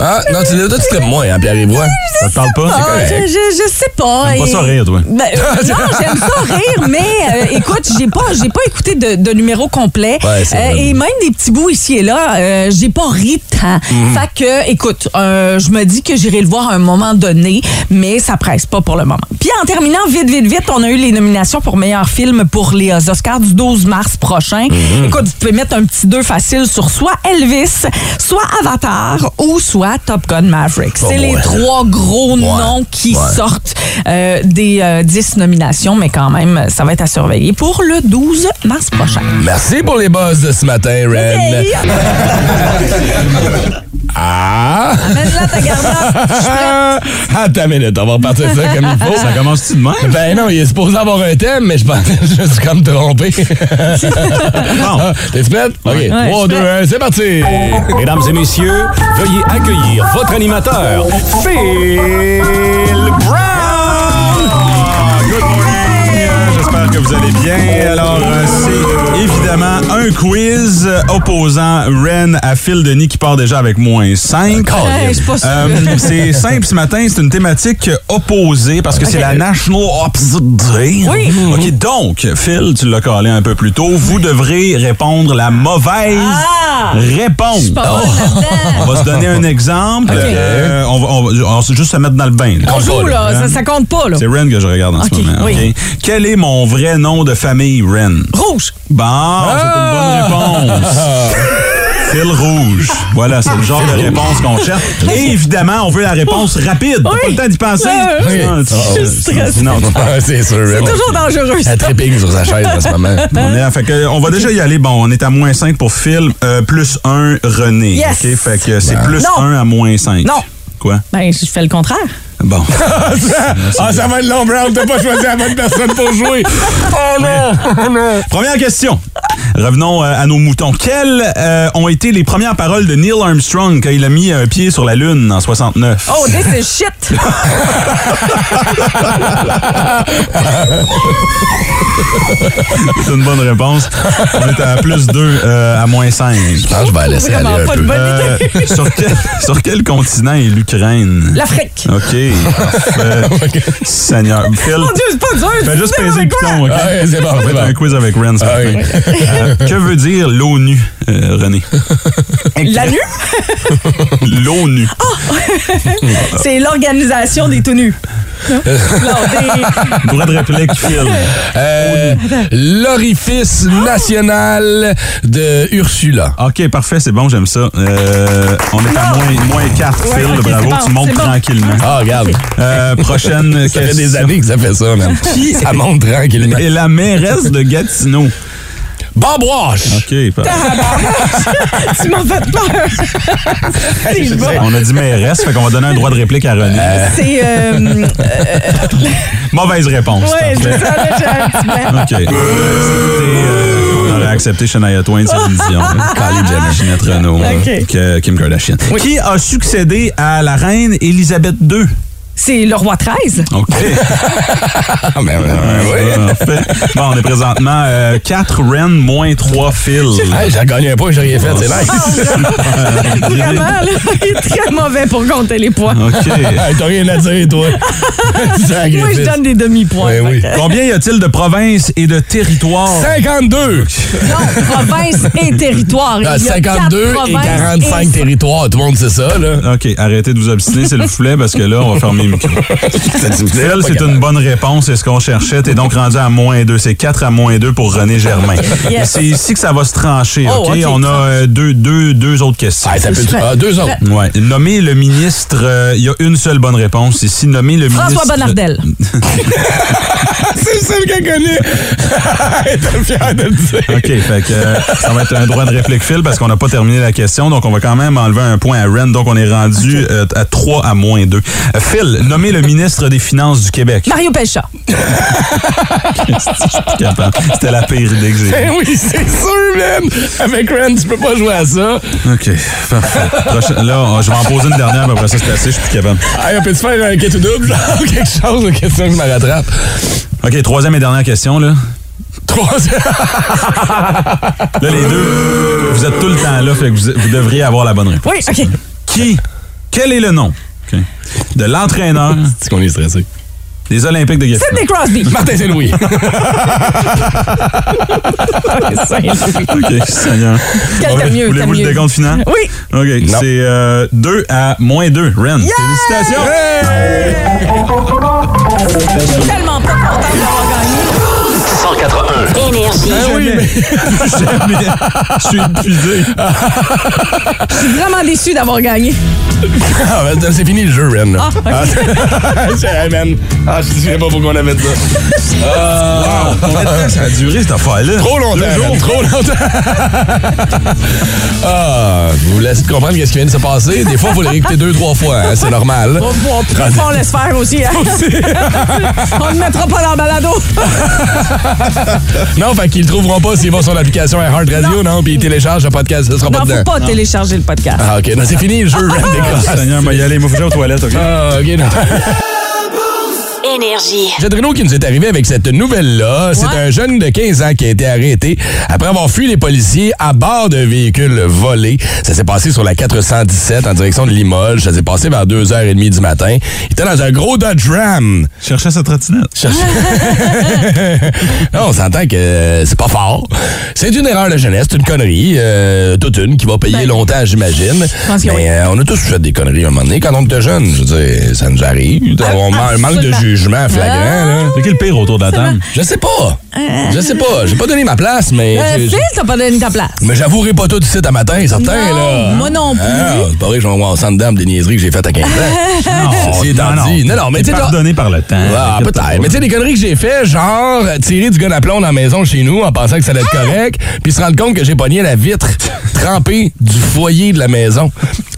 [SPEAKER 6] Ah, non, tu, toi, tu t'aimes moins, hein, Pierre-Yves Roy?
[SPEAKER 4] Ça te parle pas?
[SPEAKER 7] Ah,
[SPEAKER 4] C'est correct.
[SPEAKER 7] je, je, je sais pas.
[SPEAKER 4] T'aimes pas
[SPEAKER 7] Et-
[SPEAKER 4] ça rire, toi?
[SPEAKER 7] Ben, euh, non, j'aime ça rire, mais euh, écoute, j'ai pas, j'ai pas écouté de, de numéro complet. Euh,
[SPEAKER 6] Ouais, c'est vrai.
[SPEAKER 7] et même des petits bouts ici et là, euh, j'ai pas ri tant.
[SPEAKER 6] Mhm.
[SPEAKER 7] Fait que, écoute, euh, je me dis que j'irai le voir à un moment donné, mais ça presse pas pour le moment. Puis en terminant, vite, vite, vite, on a eu les nominations pour meilleur film pour les euh, Oscars du 12 mars prochain.
[SPEAKER 6] Mhm.
[SPEAKER 7] Écoute, vous pouvez mettre un petit 2 facile sur soit Elvis, soit Avatar ou soit Top Gun Maverick. C'est les
[SPEAKER 6] Oh, ouais.
[SPEAKER 7] trois gros noms qui
[SPEAKER 6] ouais.
[SPEAKER 7] sortent euh, des euh, 10 nominations, mais quand même, ça va être à surveiller pour le 12 mars prochain.
[SPEAKER 6] Merci pour les buzz de ce matin, Ren.
[SPEAKER 7] Hey!
[SPEAKER 6] Ah!
[SPEAKER 7] Amène-la ta garde-robe.
[SPEAKER 6] Attends une minute, on va repartir ça comme il faut.
[SPEAKER 4] Ça commence-tu de même?
[SPEAKER 6] Ben non, il est supposé avoir un thème, mais je pense que je me suis comme trompé. Ah,
[SPEAKER 4] Non.
[SPEAKER 6] T'es prête? OK.
[SPEAKER 7] je
[SPEAKER 6] 3,
[SPEAKER 7] suis
[SPEAKER 6] 2, 1, c'est parti!
[SPEAKER 2] Mesdames et messieurs, veuillez accueillir d'accueillir votre animateur, Phil Brown.
[SPEAKER 4] Ah! J'espère que vous allez bien. Alors, euh, c'est évidemment un quiz euh, opposant Ren à Phil Denis qui part déjà avec moins 5.
[SPEAKER 2] Hey, je suis pas sûre.
[SPEAKER 4] Euh, c'est simple ce matin, c'est une thématique opposée parce que c'est
[SPEAKER 2] Ok.
[SPEAKER 4] la National Ops Day.
[SPEAKER 2] Oui.
[SPEAKER 4] OK, donc, Phil, tu l'as collé un peu plus tôt, vous devrez répondre la mauvaise
[SPEAKER 7] Ah!
[SPEAKER 4] réponse. Oh. On va se donner un exemple. Euh, on, va, on va- on va juste se mettre dans le bain.
[SPEAKER 7] On joue, là. Ça, ça compte pas, là.
[SPEAKER 4] hein. C'est Ren que je regarde en
[SPEAKER 7] Ok,
[SPEAKER 4] ce moment.
[SPEAKER 7] oui.
[SPEAKER 4] ok? Quel est mon vrai nom de famille, Ren?
[SPEAKER 7] Rouge.
[SPEAKER 4] Bon, c'est une
[SPEAKER 2] Ah!
[SPEAKER 4] bonne réponse. C'est le rouge. Voilà, c'est le genre de réponse qu'on cherche. Et évidemment, on veut la réponse rapide. T'as Pas le temps d'y penser.
[SPEAKER 2] Oui.
[SPEAKER 4] Non, tu-
[SPEAKER 2] Je suis stressée.
[SPEAKER 4] non, tu-
[SPEAKER 6] Ah, c'est sûr, Ren. Elle trépigne sur sa chaise en ce moment.
[SPEAKER 2] Hein?
[SPEAKER 4] On, est- fait que, on va déjà y aller. Bon, on est à moins 5 pour Phil, euh, plus 1 René.
[SPEAKER 7] Yes.
[SPEAKER 4] OK? Fait que c'est
[SPEAKER 2] Ben.
[SPEAKER 7] Bon.
[SPEAKER 4] plus
[SPEAKER 7] Non.
[SPEAKER 4] 1 à moins 5.
[SPEAKER 7] Non.
[SPEAKER 4] Quoi?
[SPEAKER 7] Ben, je fais le contraire.
[SPEAKER 4] Bon.
[SPEAKER 6] ah, ça va être long, Brown. T'as pas choisi la bonne personne pour jouer. Oh non, oh non.
[SPEAKER 4] Première question. Revenons euh, à nos moutons. Quelles euh, ont été les premières paroles de Neil Armstrong quand il a mis un pied sur la Lune en 69?
[SPEAKER 7] Oh, this is shit!
[SPEAKER 4] C'est une bonne réponse. On est à plus 2 à moins 5. Je
[SPEAKER 6] Ah,
[SPEAKER 4] pense que je vais
[SPEAKER 2] laisser Vraiment aller un pas de peu. bonne idée.
[SPEAKER 4] sur, quel, sur quel continent est l'Ukraine?
[SPEAKER 7] L'Afrique.
[SPEAKER 4] OK. parfait. Seigneur. Phil.
[SPEAKER 2] Mon Dieu, c'est pas dur,
[SPEAKER 4] Fais
[SPEAKER 2] c'est
[SPEAKER 4] juste
[SPEAKER 2] dur
[SPEAKER 4] peser le
[SPEAKER 2] avec quoi?
[SPEAKER 4] piton, OK?
[SPEAKER 2] Ah ouais, c'est bon,
[SPEAKER 4] On va
[SPEAKER 2] c'est
[SPEAKER 4] faire
[SPEAKER 2] bon.
[SPEAKER 4] un quiz avec Ren ce
[SPEAKER 2] Ah
[SPEAKER 4] matin.
[SPEAKER 2] ouais.
[SPEAKER 4] Euh, que veut dire l'ONU, euh, René? hein.
[SPEAKER 7] La nu?
[SPEAKER 4] L'ONU.
[SPEAKER 6] Ah!
[SPEAKER 7] C'est l'organisation des tenues. Non,
[SPEAKER 6] des-
[SPEAKER 4] Droit de réplique, Phil.
[SPEAKER 6] Euh, L'orifice
[SPEAKER 2] Ah!
[SPEAKER 6] national de Ursula.
[SPEAKER 4] OK, parfait, c'est bon, j'aime ça. Euh, on est à moins, moins 4,
[SPEAKER 6] Ouais,
[SPEAKER 4] Phil.
[SPEAKER 6] ok,
[SPEAKER 4] bravo,
[SPEAKER 6] c'est bon,
[SPEAKER 4] tu montes
[SPEAKER 6] c'est bon.
[SPEAKER 4] tranquillement.
[SPEAKER 6] Ah, regarde.
[SPEAKER 4] Euh, prochaine
[SPEAKER 6] Ça
[SPEAKER 4] question.
[SPEAKER 6] fait des années que ça fait ça, man.
[SPEAKER 4] Qui
[SPEAKER 6] Ça monte tranquillement.
[SPEAKER 4] est la mairesse de Gatineau?
[SPEAKER 6] Bambouache!
[SPEAKER 4] OK, parfait.
[SPEAKER 7] tu m'en fais peur. C'est bon.
[SPEAKER 4] On a dit mairesse, fait qu'on va donner un droit de réplique à René.
[SPEAKER 7] C'est. euh,
[SPEAKER 4] Mauvaise réponse.
[SPEAKER 7] Ouais,
[SPEAKER 4] parfait.
[SPEAKER 7] c'est ça, là, j'ai un petit blanc.
[SPEAKER 4] OK. C'était, euh, on aurait accepté Shania Twain, Céline Dion, Kylie Jenner, Ginette Renault, euh,
[SPEAKER 7] OK.
[SPEAKER 4] que- Kim Kardashian. Qui a succédé à la reine Élisabeth II?
[SPEAKER 7] C'est le roi 13.
[SPEAKER 4] OK.
[SPEAKER 7] Ah, ben,
[SPEAKER 4] Parfait. Bon, on est présentement 4 Ren moins 3 Phil.
[SPEAKER 7] ben. Ah,
[SPEAKER 6] Hey, j'ai gagné un point, j'ai rien fait, c'est
[SPEAKER 4] nice.
[SPEAKER 7] Vraiment, là, il est très mauvais pour compter les points.
[SPEAKER 4] OK.
[SPEAKER 6] T'as rien à dire, toi. Ben
[SPEAKER 7] Moi, Ah. je donne des demi-points.
[SPEAKER 4] Combien y a-t-il de provinces et de territoires?
[SPEAKER 6] 52!
[SPEAKER 7] Non, province et territoire. Il y a
[SPEAKER 6] Ah, 52
[SPEAKER 7] quatre
[SPEAKER 6] et
[SPEAKER 7] provinces
[SPEAKER 6] 45
[SPEAKER 7] et-
[SPEAKER 6] territoires. Tout le monde sait ça, là.
[SPEAKER 4] OK, arrêtez de vous obstiner, c'est le foulet, parce que là, on va fermer le micro. Phil, c'est une bonne réponse, c'est ce qu'on cherchait. T'es donc rendu à moins 2. C'est 4 à moins 2 pour René Germain.
[SPEAKER 6] Yes.
[SPEAKER 4] C'est ici que ça va se trancher,
[SPEAKER 6] Oh,
[SPEAKER 4] OK?
[SPEAKER 6] OK.
[SPEAKER 4] On a euh, deux, deux, deux autres questions.
[SPEAKER 6] Ah, ça peut- ah, deux autres.
[SPEAKER 4] Ouais. Nommez le ministre, euh, il y a une seule bonne réponse ici. Nommez le
[SPEAKER 7] François
[SPEAKER 4] ministre...
[SPEAKER 7] Bonnardel.
[SPEAKER 6] C'est le seul qu'elle connaît. T'es fier de le dire.
[SPEAKER 4] OK, fait que euh, ça va être un droit de réplique Phil parce qu'on n'a pas terminé la question, donc on va quand même enlever un point à Ren, donc on est rendu euh, à 3 à moins 2. Euh, Phil, nommez le ministre des Finances du Québec.
[SPEAKER 7] Mario Pelcha.
[SPEAKER 4] Capable. C'était la pire idée que j'ai.
[SPEAKER 6] Ben oui, c'est sûr, man. Avec Ren, tu peux pas jouer à ça.
[SPEAKER 4] OK, parfait. Prochain- là, on- je vais en poser une dernière, mais après ça, c'est assez, je suis plus capable.
[SPEAKER 6] Hey, on peut-tu faire un quête ou double, genre, ou quelque chose, une question que je me rattrape?
[SPEAKER 4] OK, troisième et dernière question, là.
[SPEAKER 6] Troisième.
[SPEAKER 4] Là, les deux, vous êtes tout le temps là, fait que vous, vous devriez avoir la bonne réponse.
[SPEAKER 7] Oui, OK.
[SPEAKER 4] Qui, quel est le nom OK, de l'entraîneur...
[SPEAKER 6] C'est qu'on est stressé.
[SPEAKER 4] Des Olympiques de Gatineau.
[SPEAKER 7] Sidney Crosby.
[SPEAKER 6] Martin Saint-Louis.
[SPEAKER 4] OK, Seigneur.
[SPEAKER 7] Quel t'as mieux, t'as
[SPEAKER 4] Voulez-vous le
[SPEAKER 7] mieux.
[SPEAKER 4] décompte final?
[SPEAKER 7] Oui.
[SPEAKER 4] OK,
[SPEAKER 6] Non.
[SPEAKER 4] c'est 2 à moins 2. Ren, félicitations.
[SPEAKER 7] Je suis tellement pas contente d'avoir gagné.
[SPEAKER 2] 181.
[SPEAKER 7] Énergie.
[SPEAKER 4] Jamais. Je suis épuisé.
[SPEAKER 7] Je suis vraiment déçue d'avoir gagné.
[SPEAKER 6] Ah, ben, c'est fini le jeu, Ren. là.
[SPEAKER 7] Ah, ok.
[SPEAKER 6] c'est- hey, man. Ah, je ne sais pas pourquoi on avait dit ça. Ah.
[SPEAKER 4] Combien de temps ça a duré cette affaire-là?
[SPEAKER 6] Trop longtemps,
[SPEAKER 4] Deux jours.
[SPEAKER 6] man, trop longtemps. ah, je vous laisse comprendre qu'est-ce qui vient de se passer. Des fois, vous les réécoutez deux, trois fois, hein, c'est normal.
[SPEAKER 4] ben,
[SPEAKER 7] On, on- on laisse faire aussi. hein. on ne mettra pas dans le balado.
[SPEAKER 6] non, fait qu'ils le trouveront pas s'ils vont sur l'application iHeartRadio, non, puis ils téléchargent le podcast, ce sera pas
[SPEAKER 7] Non,
[SPEAKER 6] dedans.
[SPEAKER 7] faut pas télécharger le podcast.
[SPEAKER 6] Ah, OK. Non, c'est fini, le jeu Ren dégueulasse.
[SPEAKER 4] Ah, Seigneur, moi, y aller, moi, faut que j'aille aux toilettes, OK?
[SPEAKER 6] Ah, OK, non.
[SPEAKER 1] Énergie.
[SPEAKER 6] Jade Reno qui nous est arrivé avec cette nouvelle-là. C'est un jeune de 15 ans qui a été arrêté après avoir fui les policiers à bord d'un véhicule volé. Ça s'est passé sur la 417 en direction de Limoges. Ça s'est passé vers 2h30 du matin. Il était dans un gros Dodge Ram.
[SPEAKER 4] Cherchait sa trottinette.
[SPEAKER 6] non, on s'entend que euh, c'est pas fort. C'est une erreur de jeunesse, c'est une connerie. euh, toute une qui va payer longtemps, j'imagine.
[SPEAKER 7] Ben, pense que
[SPEAKER 6] Mais
[SPEAKER 7] oui.
[SPEAKER 6] euh, on a tous fait des conneries à un moment donné quand on était jeune. Je veux dire, ça nous arrive. on a un manque de
[SPEAKER 7] absolument.
[SPEAKER 6] jugement
[SPEAKER 7] Ah.
[SPEAKER 6] flagrant. là.
[SPEAKER 4] C'est qui le pire autour de la table?
[SPEAKER 6] Je sais pas. Je sais pas. J'ai pas donné ma place, mais.
[SPEAKER 7] Euh,
[SPEAKER 6] Ah, j'ai-
[SPEAKER 7] Phil, t'as pas donné ta place.
[SPEAKER 6] Mais j'avouerai pas tout de suite à matin, certain,
[SPEAKER 7] Non,
[SPEAKER 6] là.
[SPEAKER 7] moi non plus.
[SPEAKER 6] Ah, c'est pas vrai que je vais envoyer en centre d'âme des niaiseries que j'ai faites à 15 ans. Ceci étant dit, non, non, mais tu sais,
[SPEAKER 4] pardonné par le temps. euh,
[SPEAKER 6] Ah,
[SPEAKER 4] Inquiète pas.
[SPEAKER 6] peut-être. Mais tu sais, des conneries que j'ai fait, genre tirer du gun à plomb dans la maison chez nous en pensant que ça allait être correct, puis se rendre compte que j'ai pogné la vitre trempée du foyer de la maison.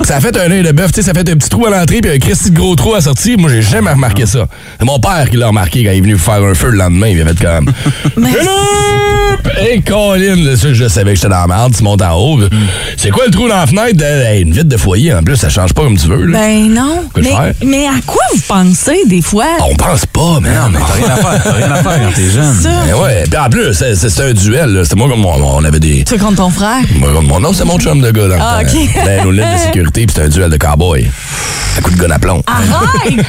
[SPEAKER 6] Ça a fait un œil de bœuf, tu sais, ça a fait un petit trou à l'entrée puis un cristi de gros trou à sortir. Moi, j'ai jamais remarqué ça. C'est mon père qui l'a remarqué quand il est venu faire un feu le lendemain. Il avait fait comme. Philippe! Hey, Colin, le seul que je savais que j'étais dans la merde, tu montes en haut.
[SPEAKER 4] Mm.
[SPEAKER 6] C'est quoi le trou dans la fenêtre? Hey, une vitre de foyer, en plus, ça change pas comme tu veux, là.
[SPEAKER 7] Ben non.
[SPEAKER 6] Que
[SPEAKER 7] Mais,
[SPEAKER 6] faire?
[SPEAKER 7] mais à quoi vous pensez des fois?
[SPEAKER 6] On pense pas, mais non, mais
[SPEAKER 4] T'as rien à faire, t'as rien à faire quand t'es jeune.
[SPEAKER 7] Ça,
[SPEAKER 6] Ben ouais, puis en plus, c'est- c'est- c'était un duel. là. C'était moi comme moi, on avait des.
[SPEAKER 7] tu contre ton frère?
[SPEAKER 6] Moi, comme mon nom, c'est mon chum de gars dans le
[SPEAKER 7] Ah,
[SPEAKER 6] temps.
[SPEAKER 7] ok.
[SPEAKER 6] Ben, nos lunettes de sécurité, puis c'était un duel de cowboy. À coup de gun à plomb.
[SPEAKER 7] Ah, Arrête!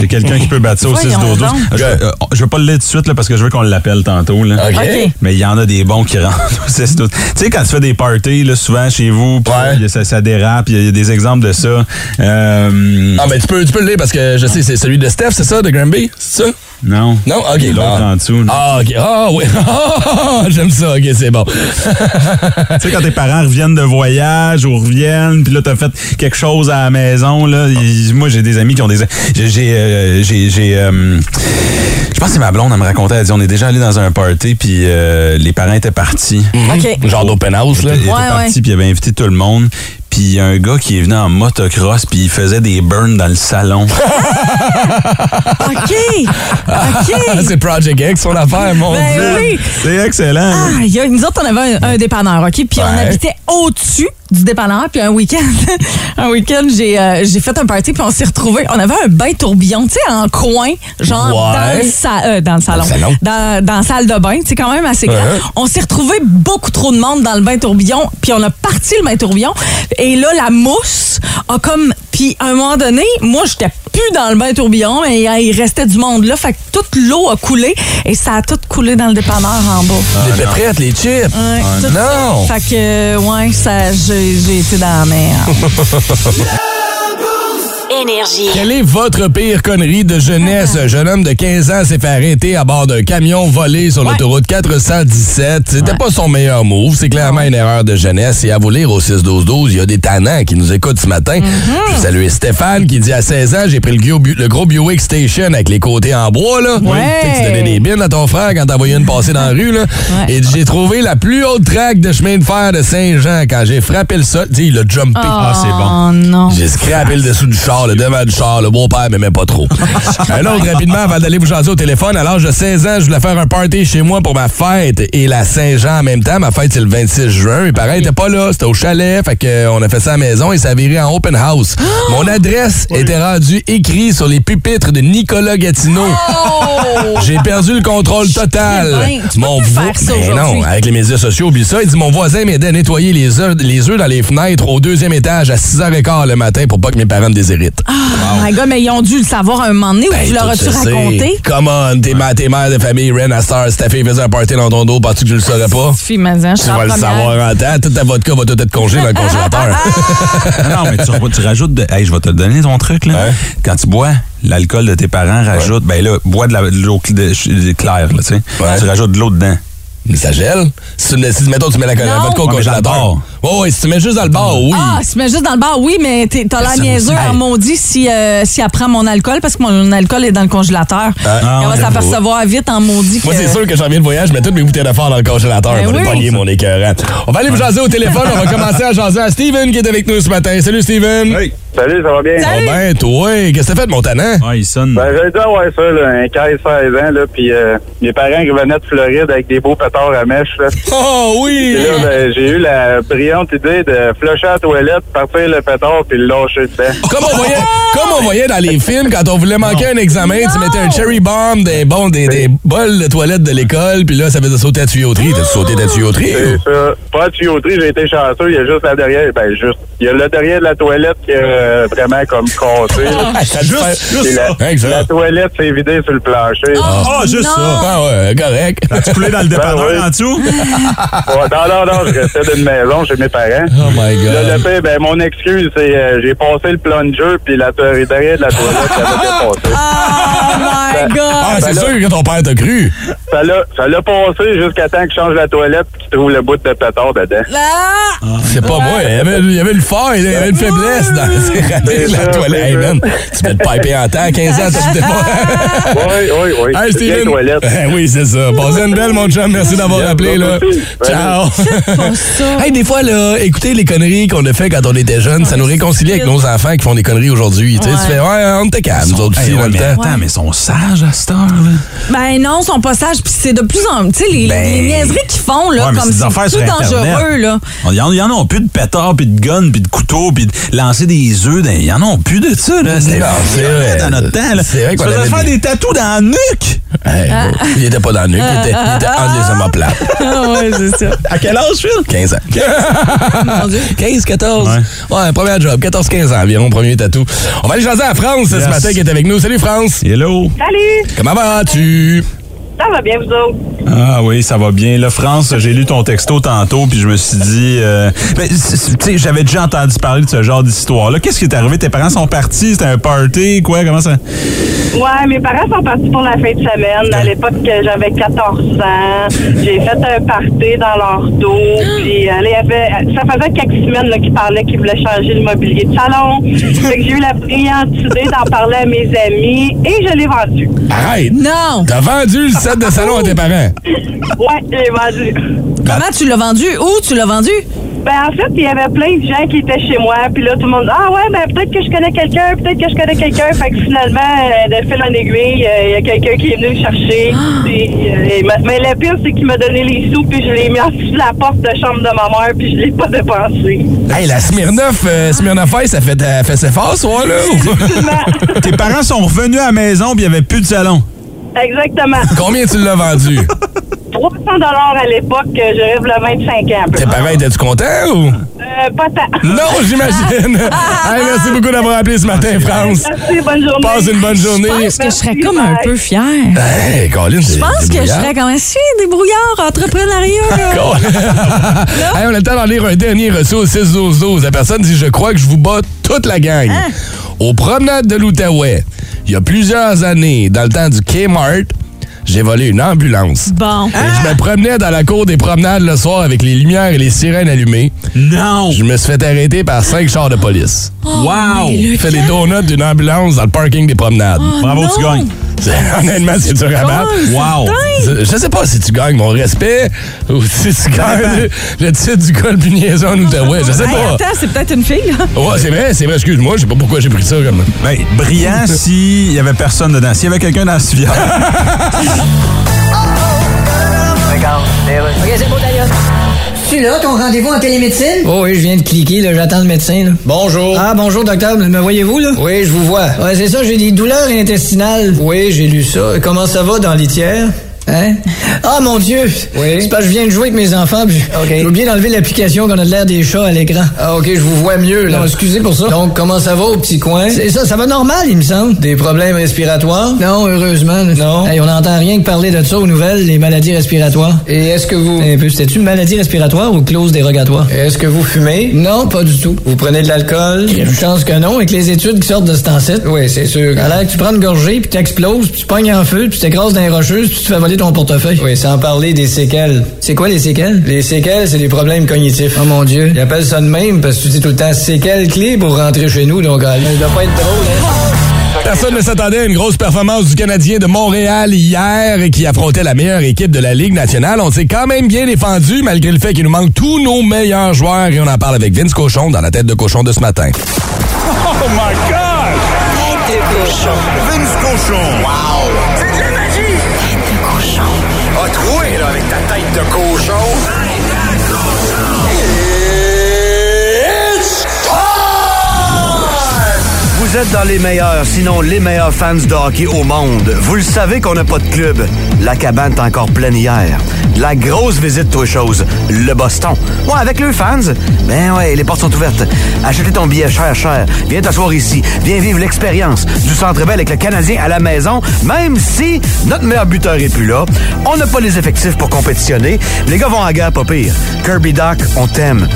[SPEAKER 4] J'ai quelqu'un qui peut battre ça au
[SPEAKER 7] Voyons
[SPEAKER 4] 6 12
[SPEAKER 7] donc.
[SPEAKER 4] Je, euh, je veux pas le lire tout de suite là, parce que je veux qu'on l'appelle tantôt. Là.
[SPEAKER 6] OK.
[SPEAKER 7] OK.
[SPEAKER 4] Mais il y en a des bons qui rentrent au 6 12 Tu sais, quand tu fais des parties là, souvent chez vous, puis
[SPEAKER 6] Ouais.
[SPEAKER 4] il y a- ça, ça dérape, il y, a- il y a des exemples de ça. Euh,
[SPEAKER 6] Ah, ben tu peux, tu peux le lire parce que je sais, c'est celui de Steph, c'est ça, de Granby? C'est ça?
[SPEAKER 4] non.
[SPEAKER 6] Non? Ok.
[SPEAKER 4] L'autre
[SPEAKER 6] bon.
[SPEAKER 4] en dessous. là.
[SPEAKER 6] Ah, ok. Ah, oui. Ah, J'aime ça. Ok, c'est bon.
[SPEAKER 4] Tu sais, quand tes parents reviennent de voyage ou reviennent, puis là, t'as fait quelque chose à la maison, là. ils- Moi, j'ai des amis qui ont des. J'ai. J'ai. euh, j'ai- j'ai, euh, je pense que c'est ma blonde, elle me racontait, elle dit on est déjà allé dans un party, puis euh, les parents étaient partis.
[SPEAKER 7] OK.
[SPEAKER 6] Genre d'open house, là.
[SPEAKER 4] Il était
[SPEAKER 7] Ouais,
[SPEAKER 4] parti, puis il avait invité tout le monde. Puis il y a un gars qui est venu en motocross, puis il faisait des burns dans le salon.
[SPEAKER 7] OK! OK!
[SPEAKER 6] Ah, c'est Project X, son affaire, mon dieu.
[SPEAKER 7] Ben oui!
[SPEAKER 4] C'est excellent.
[SPEAKER 7] Ah, il y a- nous autres, on avait un, un dépanneur, OK? Puis on
[SPEAKER 6] Ouais.
[SPEAKER 7] habitait au-dessus du dépanneur. Puis un week-end, un week-end, j'ai euh, j'ai fait un party, puis on s'est retrouvés. On avait un bain tourbillon, tu sais, en coin, genre
[SPEAKER 6] Ouais.
[SPEAKER 7] dans, le sa- euh, dans le salon.
[SPEAKER 6] Dans le salon.
[SPEAKER 7] Dans, dans la salle de bain, c'est quand même assez grand.
[SPEAKER 6] Ouais.
[SPEAKER 7] On s'est retrouvés beaucoup trop de monde dans le bain tourbillon, puis on a parti le bain tourbillon. Et là, la mousse a comme... Puis à un moment donné, moi, j'étais plus dans le bain tourbillon, et euh, il restait du monde là, fait que toute l'eau a coulé, et ça a tout coulé dans le dépanneur en bas.
[SPEAKER 6] Les péprettes, les chips.
[SPEAKER 7] Ouais,
[SPEAKER 6] Ah,
[SPEAKER 7] tout-
[SPEAKER 6] non.
[SPEAKER 7] Fait que, euh, ouais, ça, j'ai j'ai été dans la merde.
[SPEAKER 1] Énergie.
[SPEAKER 6] Quelle est votre pire connerie de jeunesse? Un jeune homme de 15 ans s'est fait arrêter à bord d'un camion volé sur l'autoroute 417. C'était pas son meilleur move. C'est clairement une erreur de jeunesse. Et à vous lire au 6-12-12, il y a des tannants qui nous écoutent ce matin.
[SPEAKER 4] Mm-hmm.
[SPEAKER 6] Je veux saluer Stéphane qui dit à 16 ans, j'ai pris le, gros bu- le gros Buick Station avec les côtés en bois. Là. Tu sais que tu donnais des bines à ton frère quand t'en voyais une passer dans la rue. Là.
[SPEAKER 7] Ouais.
[SPEAKER 6] Et j'ai trouvé la plus haute traque de chemin de fer de Saint-Jean quand j'ai frappé le sol. Tu sais, il a jumpé.
[SPEAKER 4] Ah, c'est bon.
[SPEAKER 7] Oh non.
[SPEAKER 6] J'ai scrapé le dessous du char, le devant du char. Le beau-père m'aimait pas trop. un autre, rapidement, avant d'aller vous jaser au téléphone, à l'âge de 16 ans, je voulais faire un party chez moi pour ma fête et la Saint-Jean en même temps. Ma fête, c'est le 26 juin. Mes parents étaient pas là. C'était au chalet. Fait qu'on a fait ça à la maison et ça a viré en open house. Mon adresse était rendue écrite sur les pupitres de Nicolas Gatineau.
[SPEAKER 7] Oh!
[SPEAKER 6] J'ai perdu le contrôle total.
[SPEAKER 7] Je sais bien, tu peux plus
[SPEAKER 6] vo-
[SPEAKER 7] faire ça
[SPEAKER 6] Ben non,
[SPEAKER 7] aujourd'hui.
[SPEAKER 6] avec les médias sociaux, oublie ça. Il dit Mon voisin m'aidait à nettoyer les œufs, les œufs dans les fenêtres au deuxième étage à 6h15 le matin pour pas que mes parents me déshéritent.
[SPEAKER 7] Oh my God, mais ils ont dû le savoir un moment donné ou
[SPEAKER 6] Hey,
[SPEAKER 7] tu leur
[SPEAKER 6] toi,
[SPEAKER 7] as-tu
[SPEAKER 6] le sais.
[SPEAKER 7] raconté?
[SPEAKER 6] Come on, t'es ma- t'es mère de famille, Ren, à Star, si ta fille faisait un party dans ton dos, penses-tu que je le saurais pas?
[SPEAKER 7] Fille, mais hein, je
[SPEAKER 6] Tu
[SPEAKER 7] suis en
[SPEAKER 6] vas le
[SPEAKER 7] première.
[SPEAKER 6] savoir en temps. Toute ta vodka va tout être congelée dans le congélateur.
[SPEAKER 4] non, mais tu, tu rajoutes de. Hey, je vais te donner ton truc, là.
[SPEAKER 6] Ouais.
[SPEAKER 4] Quand tu bois, l'alcool de tes parents rajoute. Ben là, bois de la- de l'eau cl- de- de- claire, là, tu sais.
[SPEAKER 6] Ouais.
[SPEAKER 4] Tu rajoutes de l'eau dedans.
[SPEAKER 6] Mais ça gèle. Si, tu- si, mettons, tu mets la, la
[SPEAKER 7] Non.
[SPEAKER 6] vodka au
[SPEAKER 4] Ouais, mais dans
[SPEAKER 6] congélateur.
[SPEAKER 4] le bar.
[SPEAKER 6] Ouais, ouais, si tu mets juste dans le bar, oui.
[SPEAKER 7] Ah, se met juste dans le bar, oui, mais t'es- t'as l'air
[SPEAKER 4] Personne
[SPEAKER 7] niaiseux
[SPEAKER 6] ben,
[SPEAKER 4] sait.
[SPEAKER 7] en maudit si, euh, si elle prend mon alcool parce que mon alcool est dans le congélateur.
[SPEAKER 4] Ah,
[SPEAKER 7] elle va
[SPEAKER 4] ouais,
[SPEAKER 7] s'apercevoir vite en maudit que...
[SPEAKER 6] Moi, c'est sûr que j'en viens de voyage, je mets toutes mes bouteilles de phare dans le congélateur
[SPEAKER 7] Ben
[SPEAKER 6] pour les
[SPEAKER 7] oui.
[SPEAKER 6] pogner, mon écœurant. On va aller vous jaser au téléphone, on va commencer à jaser à Steven qui est avec nous ce matin. Salut, Steven.
[SPEAKER 4] Hey.
[SPEAKER 8] Salut, ça va bien?
[SPEAKER 6] Ah ben, toi, qu'est-ce que t'as fait de mon talent?
[SPEAKER 4] Ah, il sonne.
[SPEAKER 8] Ben, j'ai dû avoir ça, là, un 15, 16 ans, là, puis euh, mes parents qui venaient de Floride avec des beaux pétards à mèche, là.
[SPEAKER 6] Oh oui!
[SPEAKER 8] là, ben, j'ai eu la brillante idée de flusher la toilette, partir le pétard, puis le lâcher dedans.
[SPEAKER 6] Comme on voyait, comme on voyait dans les films, quand on voulait manquer un examen, tu mettais un cherry bomb, des, bons, des, des bols de toilette de l'école, puis là, ça faisait sauter à la tuyauterie. T'as-tu sauté à la tuyauterie?
[SPEAKER 8] C'est ça. Pas de tuyauterie, j'ai été chanceux, il y a juste la derrière, ben, juste, il y a le derrière de la toilette qui est euh, vraiment comme cassé, là.
[SPEAKER 6] Ah, Ça juste,
[SPEAKER 8] Puis la, Ah, la toilette s'est vidée sur le plancher.
[SPEAKER 4] Ah, juste ça.
[SPEAKER 6] Ah ouais, correct.
[SPEAKER 4] T'as-tu coulé
[SPEAKER 6] ben
[SPEAKER 4] dans le dépanneur
[SPEAKER 8] oui.
[SPEAKER 4] en dessous?
[SPEAKER 8] Ouais, non, non, non, je restais d'une maison chez mes parents.
[SPEAKER 6] Oh my
[SPEAKER 8] Là,
[SPEAKER 6] God.
[SPEAKER 8] le pire, ben, mon excuse, c'est euh, j'ai passé le plunger, puis la toilette derrière de la toilette, ça l'a dépassé.
[SPEAKER 7] Oh my God!
[SPEAKER 6] Ah, c'est sûr que ton père t'a cru.
[SPEAKER 8] Ça l'a- Ça l'a passé jusqu'à temps que je change la toilette puis qu'il trouve le bout de pétard dedans.
[SPEAKER 7] Ah!
[SPEAKER 6] C'est pas moi. Il y avait, il y avait le fort, il y avait une faiblesse dans c'est raté, la
[SPEAKER 8] ça,
[SPEAKER 6] toilette.
[SPEAKER 8] c'est
[SPEAKER 6] Hey,
[SPEAKER 8] ça.
[SPEAKER 6] man, tu peux te piper en temps, 15 ans, tu te pas.
[SPEAKER 8] Oui, oui, oui.
[SPEAKER 6] Hey,
[SPEAKER 8] C'est bien
[SPEAKER 6] Steven.
[SPEAKER 8] toilette.
[SPEAKER 6] Eh oui, c'est ça. Passez une belle, mon chum. Merci d'avoir appelé. Là. Ciao. Hey, des fois, là, écoutez les conneries qu'on a fait quand on était jeune, ça nous réconcilie avec nos enfants qui font des conneries aujourd'hui. Tu sais, tu fais, ouais, on était calme, nous autres aussi,
[SPEAKER 4] Hey,
[SPEAKER 6] dans
[SPEAKER 4] ouais,
[SPEAKER 6] le
[SPEAKER 4] mais
[SPEAKER 6] temps.
[SPEAKER 4] attends, mais ils sont sages à cette heure-là.
[SPEAKER 7] Ben non, ils sont pas sages. Puis c'est de plus en plus. Tu sais, les,
[SPEAKER 4] Ben-
[SPEAKER 7] les niaiseries qu'ils font, là,
[SPEAKER 4] Ouais, mais
[SPEAKER 7] comme
[SPEAKER 4] c'est des
[SPEAKER 7] c'est
[SPEAKER 4] affaires
[SPEAKER 7] tout
[SPEAKER 4] sur Internet.
[SPEAKER 7] dangereux, là.
[SPEAKER 4] Il y, en- y en a plus de pétards, puis de guns, puis de couteaux, puis de lancer des œufs. Il y en a plus de ça. là. C'était
[SPEAKER 6] Non, Ben, c'est vrai.
[SPEAKER 4] dans notre temps. Là.
[SPEAKER 6] C'est vrai qu'on
[SPEAKER 4] Tu faisais
[SPEAKER 6] avait
[SPEAKER 4] faire
[SPEAKER 6] des-
[SPEAKER 4] des tatous dans la nuque.
[SPEAKER 6] Hey, Il était pas dans le nuque, il était, il était entre les omoplates.
[SPEAKER 7] ouais, c'est ça.
[SPEAKER 4] À quel âge, Phil?
[SPEAKER 6] 15 ans. 15, 14. Ouais.
[SPEAKER 4] Ouais.
[SPEAKER 6] premier job. 14, 15 ans environ, premier tatou. On va aller jaser à France ce
[SPEAKER 4] Yes.
[SPEAKER 6] matin qui est avec nous. Salut France.
[SPEAKER 4] Hello.
[SPEAKER 9] Salut!
[SPEAKER 6] Comment vas-tu?
[SPEAKER 9] Ça va bien, vous autres?
[SPEAKER 4] Ah oui, ça va bien. Là, France, j'ai lu ton texto tantôt, puis je me suis dit... euh, ben, c- c- tu sais, j'avais déjà entendu parler de ce genre d'histoire-là. Qu'est-ce qui est arrivé? Tes parents sont partis? C'était un party? Quoi? Comment ça...
[SPEAKER 9] Ouais, mes parents sont partis pour la fin de semaine. À l'époque, que j'avais 14 ans. J'ai fait un party dans leur dos. Puis, euh, là, il y avait- ça faisait quelques semaines là, qu'ils parlaient qu'ils voulaient changer le mobilier de salon. Fait que j'ai eu la brillante idée d'en parler à mes amis et je l'ai vendu.
[SPEAKER 6] Arrête.
[SPEAKER 7] Non!
[SPEAKER 6] T'as vendu le set de salon à tes parents.
[SPEAKER 9] Ouais, je l'ai vendu.
[SPEAKER 7] Comment tu l'as vendu? Où tu l'as vendu?
[SPEAKER 9] Ben, en fait, il y avait plein de gens qui étaient chez moi. Puis là, tout le monde dit Ah, ouais, ben, peut-être que je connais quelqu'un, peut-être que je connais quelqu'un. Fait que finalement, euh, de fil en aiguille, euh, il y a quelqu'un qui est venu me chercher. Puis, euh, il m'a- mais le pire, c'est qu'il m'a donné les sous, puis je l'ai mis en dessous de la porte de chambre de ma mère, puis je l'ai pas dépensé.
[SPEAKER 6] Hey, la Smirnoff, euh, Smirnoff Ice, ça fait, euh, fait ses faces, ouais, là. ou-
[SPEAKER 4] Tes parents sont revenus à la maison, puis il n'y avait plus de salon.
[SPEAKER 9] Exactement.
[SPEAKER 6] Combien tu l'as vendu?
[SPEAKER 9] 300 à l'époque, euh, je rêve le 25 ans.
[SPEAKER 6] Tes parents étaient-tu contents ou?
[SPEAKER 9] Euh, pas tant.
[SPEAKER 6] Non, j'imagine. hey, merci beaucoup d'avoir appelé ce matin, France.
[SPEAKER 9] Merci, bonne journée.
[SPEAKER 6] Passe une bonne
[SPEAKER 7] Je
[SPEAKER 6] journée.
[SPEAKER 7] pense que je serais comme un peu fière.
[SPEAKER 6] Hey, Colin,
[SPEAKER 7] Je pense que je serais quand même si débrouillard, entrepreneuriat. là.
[SPEAKER 6] Hey, on a le temps d'en lire un dernier reçu au 6-12-12. La personne dit Je crois que je vous bats toute la gang. Aux promenades de l'Outaouais, il y a plusieurs années, dans le temps du Kmart, j'ai volé une ambulance.
[SPEAKER 7] Bon.
[SPEAKER 6] Et je me promenais dans la cour des promenades le soir avec les lumières et les sirènes allumées.
[SPEAKER 4] Non!
[SPEAKER 6] Je me suis fait arrêter par cinq chars de police.
[SPEAKER 4] Wow!
[SPEAKER 6] J'ai fait les donuts d'une ambulance dans le parking des promenades.
[SPEAKER 4] Bravo, tu
[SPEAKER 7] non.
[SPEAKER 4] gagnes.
[SPEAKER 6] Honnêtement, c'est dur à battre.
[SPEAKER 4] Wow!
[SPEAKER 6] Je je sais pas si tu gagnes mon respect ou si tu gagnes le, le titre du gars le plus niaiseux en Outaouais. Je sais
[SPEAKER 7] Hey,
[SPEAKER 6] pas.
[SPEAKER 7] attends, c'est peut-être une fille, là.
[SPEAKER 6] Ouais, c'est vrai, c'est vrai, excuse-moi, je sais pas pourquoi j'ai pris ça comme.
[SPEAKER 4] Ben, brillant s'il y avait personne dedans. S'il y avait quelqu'un dans la civière.
[SPEAKER 12] Tu là, ton rendez-vous en télémédecine? Oh oui, je viens de cliquer, là, j'attends le médecin. Bonjour. Ah, bonjour, docteur. Me voyez-vous, là? Oui, je vous vois. Ouais, c'est ça, j'ai des douleurs intestinales. Oui, j'ai lu ça. Et comment ça va dans l'itière? Hein? Ah, mon Dieu! Oui. C'est parce que je viens de jouer avec mes enfants, puis j'ai oublié d'enlever l'application qu'on a de l'air des chats à l'écran. Ah, OK, je vous vois mieux, là. Non, excusez pour ça. Donc, comment ça va au petit coin? C'est ça, ça va normal, il me semble. Des problèmes respiratoires? Non, heureusement. Non. on n'entend rien que parler de ça aux nouvelles, les maladies respiratoires. Et est-ce que vous... Un peu, c'était-tu maladie respiratoire ou clause dérogatoire? Est-ce que vous fumez? Non, pas du tout. Vous prenez de l'alcool? Je pense que non, avec les études qui sortent de ce temps-ci. Oui, c'est sûr. À l'air que tu prends une gorgée, puis t'exploses, puis tu pognes en feu, puis t'écrases dans les rocheuses, puis tu te fais voler ton portefeuille. Oui, sans parler des séquelles. C'est quoi les séquelles? Les séquelles, c'est des problèmes cognitifs. Oh mon Dieu. Ils appellent ça de même parce que tu dis tout le temps séquelles clés pour rentrer chez nous, donc ça doit pas être drôle,
[SPEAKER 6] Personne ne s'attendait à une grosse performance du Canadien de Montréal hier et qui affrontait la meilleure équipe de la Ligue nationale. On s'est quand même bien défendu malgré le fait qu'il nous manque tous nos meilleurs joueurs et on en parle avec Vince Cochon dans la tête de cochon de ce matin.
[SPEAKER 4] Oh
[SPEAKER 11] cochon. Vince cochon. Wow! C'est de la magie! Tête de cochon. A troué, là, avec ta tête de cochon.
[SPEAKER 13] Vous êtes dans les meilleurs, sinon les meilleurs fans de hockey au monde. Vous le savez qu'on n'a pas de club. La cabane est encore pleine hier. La grosse visite, toi chose. Le Boston. Ouais, avec le fans. Ben ouais, les portes sont ouvertes. Achetez ton billet cher, cher. Viens t'asseoir ici. Viens vivre l'expérience du Centre Bell avec le Canadien à la maison, même si notre meilleur buteur est plus là. On n'a pas les effectifs pour compétitionner. Les gars vont à la guerre, pas pire. Kirby Doc, on t'aime.